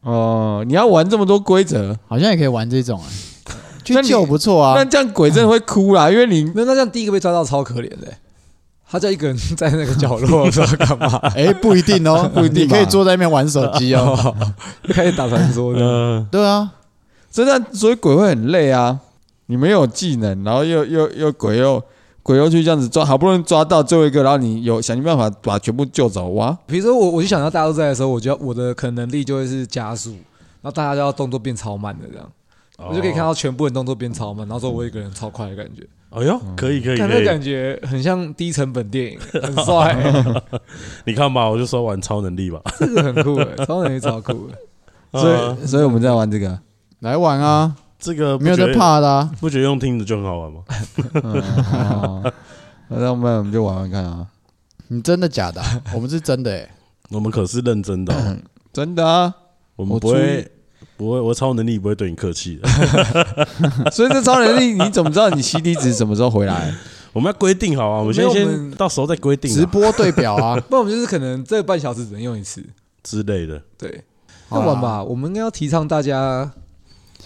S3: 哦，你要玩这么多规则，
S1: 好像也可以玩这 种、啊，去
S3: 那你
S1: 救不错
S3: 那
S1: 啊。
S3: 这样鬼真的会哭啦，因为你
S4: 没有，那这样第一个被抓到超可怜的、他叫一个人在那个角落不知道干嘛，
S1: 哎、不一定 哦，不一定，你可以坐在那边玩手机哦。
S4: 开始打传说的。
S2: 嗯，
S1: 对啊，
S3: 真的，所以鬼会很累啊。你没有技能，然后又又又鬼又鬼又去这样子抓，好不容易抓到最后一个，然后你有想尽办法把全部救走哇？
S4: 比如说我我就想到大家都在的时候，我就要我的可能能力就会是加速，然后大家就要动作变超慢的这样，我就可以看到全部人动作变超慢，然后说我一个人超快的感觉，
S2: 哦。哎呦，可以可以
S4: 看
S2: 可
S4: 那
S2: 以，
S4: 感觉很像低成本电影，很帅、
S2: 你看嘛，我就说玩超能力吧。
S4: 这个很酷、欸，超能力超酷的、嗯
S3: 所
S2: 啊
S3: 以所以我们在玩这个，
S1: 来玩 啊，
S2: 这个不
S1: 没有
S2: 觉
S1: 在
S2: 得，
S1: 怕的、啊。
S2: 不觉得用听的就很好玩吗？
S3: 嗯，哦那要不然我们就玩玩看啊，
S1: 你真的假 的啊、我们是真的哎、
S2: 我们可是认真的哦，
S3: 真的啊。
S2: 我们
S3: 我
S2: 不
S3: 注
S2: 会不会，我超能力不会对你客气的。
S3: 所以这超能 力，你怎么知道你 CD 值什么时候回来？
S2: 我们要规定好啊，我们
S4: 没
S2: 先
S4: 有我
S2: 先
S4: 们，
S2: 到时候再规定啊
S1: 直播对表啊
S4: 不然我们就是可能这半小时只能用一次，
S2: 之类的，
S4: 对，
S1: 好
S4: 那
S1: 啦
S4: 玩吧，我们应该要提倡大家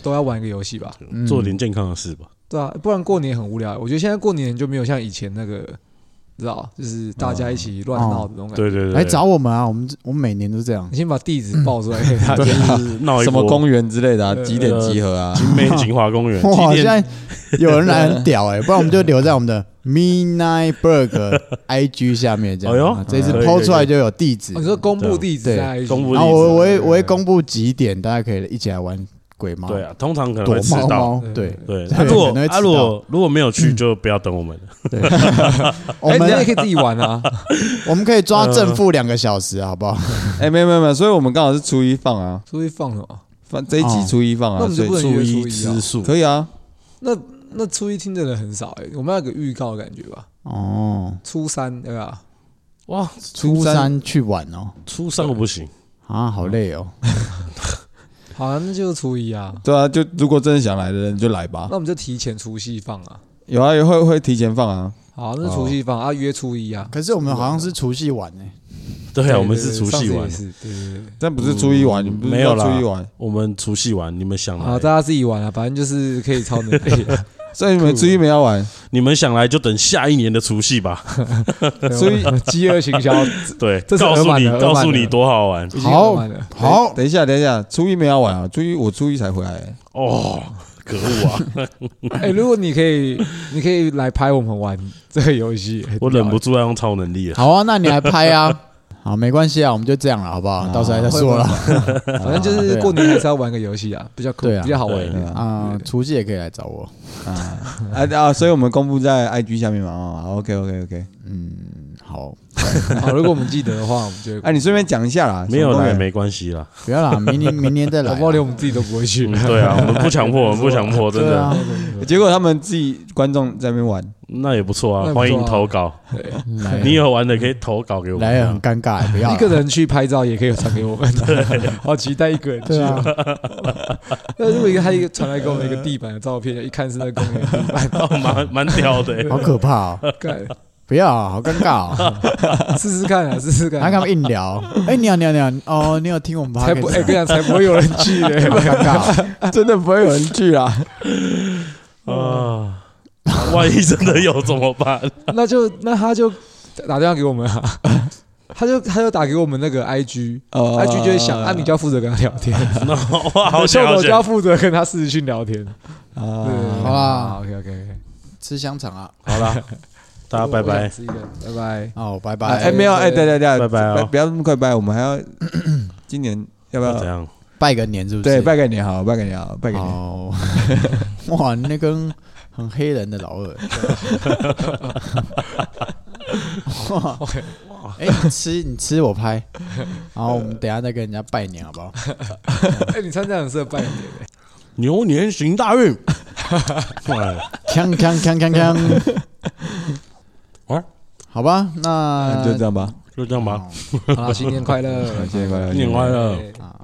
S4: 都要玩一个游戏吧。
S1: 嗯
S2: 做点健康的事吧。
S4: 对啊，不然过年很无聊。我觉得现在过年就没有像以前那个，你知道，就是大家一起乱闹的那种感
S2: 嗯
S4: 觉。
S2: 哦对嗯对对，
S1: 来找我们啊，我们我们每年都这样
S4: 你。先把地址报出来给大
S2: 就
S4: 家。
S2: 是闹一
S3: 什么
S2: 波
S3: 公园之类的啊？
S4: 哦呃
S3: 几点集合啊？
S2: 景美景华公园，
S1: 哇，
S2: 几
S1: 现
S2: 点
S1: 在有人来很 屌哎、不然我们就留在我们的 Midnight Burger IG 下面这样。
S2: 哎呦
S1: 啊这一次
S2: 可以
S1: PO 出来就有地址
S4: 哦，你说公布地址
S1: 对
S4: 在啊 IG
S2: 啊公布地址
S1: 然后哦我我会我会公布几点，大家可以一起来玩鬼猫。
S2: 对啊，通常可能
S1: 躲
S2: 会迟
S1: 猫
S2: 到。
S1: 猫，
S4: 哎
S1: 对
S2: 对，
S1: 对
S2: 啊如果
S1: 可能会迟
S2: 啊
S1: 到
S2: 如果如果没有去，就不要等我们了。
S1: 对， 我
S4: 哎，你也
S1: 们
S4: 可以自己玩啊。
S1: 我们可以抓正
S2: 嗯
S1: 负两个小时，好不好？
S4: 呃
S3: 哎，没有没有没有，所以我们刚好是初一放啊，
S4: 出去放什 么？
S3: 放这一
S1: 哦
S3: 集初一放
S4: 那我
S3: 啊，
S4: 们就
S3: 所
S4: 不
S3: 以
S4: 能
S2: 初
S4: 约
S2: 一
S4: 初一啊
S2: 吃素，
S3: 可以啊。
S4: 那那初一听的人很少哎，我们要有个预告的感觉吧。
S1: 哦，
S4: 初三对吧？
S2: 哇，
S1: 初三去玩哦，
S2: 初三我不行，
S1: 啊，好累哦。
S4: 好啊，那就是初一啊。
S3: 对啊，就如果真的想来的人就来吧
S4: 那。我们就提前除夕放啊。
S3: 有啊，有会会提前放啊。
S4: 好，
S2: 哦
S4: 那除夕放啊，约初一啊。
S1: 可是我们好像是除夕晚哎，
S2: 对啊，我们是除夕
S4: 上
S2: 玩，
S4: 次也是对对对。
S3: 但不是初一玩，
S2: 嗯
S3: 你不是
S2: 没有
S3: 要
S2: 啦
S3: 初一玩，
S2: 我们除夕玩，你们想
S4: 好，
S2: 来，
S4: 大家自己玩啊，反正就是可以超能力啊。
S3: 所以你们初一没要玩，
S2: 你们想来就等下一年的除夕吧。
S4: 所以饥饿行销
S2: 对，
S4: 这是
S2: 告
S4: 额
S2: 诉
S4: 满
S2: 你
S4: 的额
S2: 告
S4: 满
S2: 诉
S4: 的
S2: 你多好玩
S4: 已经额满了。
S1: 好，
S3: 等一下，等一下，初一没要玩啊，初一我初一才回来、
S2: 哦，可恶啊，
S4: 哎、如果你可以，你可以来拍我们玩这个游戏。欸
S2: 我忍不住要用超能 力了。
S1: 好啊，那你来拍啊。 好，没关系啊，我们就这样了，好不好？
S3: 啊
S1: 到时候再说了。
S2: 啊
S4: 反正就是 过年还是要玩个游戏啊，比较酷，
S1: 啊对啊
S4: 比较好玩一
S3: 对
S4: 点。
S3: 啊，
S1: 啊，除夕也可以来找我。
S3: 啊啊，所以我们公布在 IG 下面嘛，哦，OK OK OK，
S1: 嗯，好，
S4: 好，如果我们记得的话，我们就会
S3: 哎、你顺便讲一下啦，
S2: 没有
S3: 什么公啊
S2: 来
S3: 园
S2: 没关系啦，
S1: 不要啦，明年明年再来
S4: 搞
S1: 啊。
S4: 不好连我们自己都不会去
S2: 嗯。对啊，我们不强迫，我们不强迫，真
S1: 对
S2: 的
S1: 啊，
S3: 结果他们自己观众在那边玩，
S2: 那也不错
S4: 那
S2: 啊，
S4: 也不错啊
S2: 欢迎投稿，
S4: 对，
S1: 来
S2: 你有玩的可以投稿给我们
S1: 哎来也很
S2: 啊。
S1: 尴尬， 不要啦
S4: 一个人去拍照也可以传给我们， 好期待一个人去
S1: 对。啊，
S4: 那如果一个他一个传来给我们一个地板的照片，一看是那公园地板，
S2: 蛮 蛮屌的 欸，
S1: 好可怕哦！
S4: 干
S1: 不要啊，好尴尬哦。
S4: 试试看啊，试试看
S1: 还
S4: 啊。
S1: 跟他们硬聊。哎、你好，你好，你好，哦，你有听我们 p
S4: 才
S1: o
S4: 不
S1: d
S4: 哎，跟你讲，才不会有人 去嘞。
S1: 好尴尬哦。
S3: 真的不会有人去啊。
S2: 啊，万一真的有怎么办？
S4: 那就那他就打电话给我们啊，他就他就打给我们那个 IG，IG
S3: 呃
S4: 就会想，啊，你就要负责跟他聊天，
S2: 那哇， 好
S4: 秀
S2: 想好
S4: 狗就要
S2: 想，
S4: 负责跟他私讯聊天，呃
S3: 啊，
S1: 啊
S4: ，OK OK，
S1: 吃香肠啊！
S2: 好啦，大家拜拜，
S4: 拜拜。
S1: 哦，拜
S3: 哎、
S1: 拜，
S3: 没有，哎、对对对，
S2: 拜拜哦
S3: 不不要那么快拜，我们还要 今年要不
S2: 要怎
S3: 要？
S2: 样？
S1: 拜个年是不是？
S3: 对，拜个年好，拜个年好，拜个年。
S1: 哦， 哇，那跟很黑人的老二。哎、你吃你吃我拍，然后我们等一下再跟人家拜年好不好？
S4: 哎，你穿这样很适合拜年欸，
S2: 牛年行大运。 哇
S1: 锵锵锵锵锵，
S2: 哇，
S1: 好吧，那
S3: 就这样吧，
S2: 就这样吧，
S4: 好啦，新年快乐！
S3: 新年快 乐，
S2: 新年快乐！
S4: 对
S1: 啊。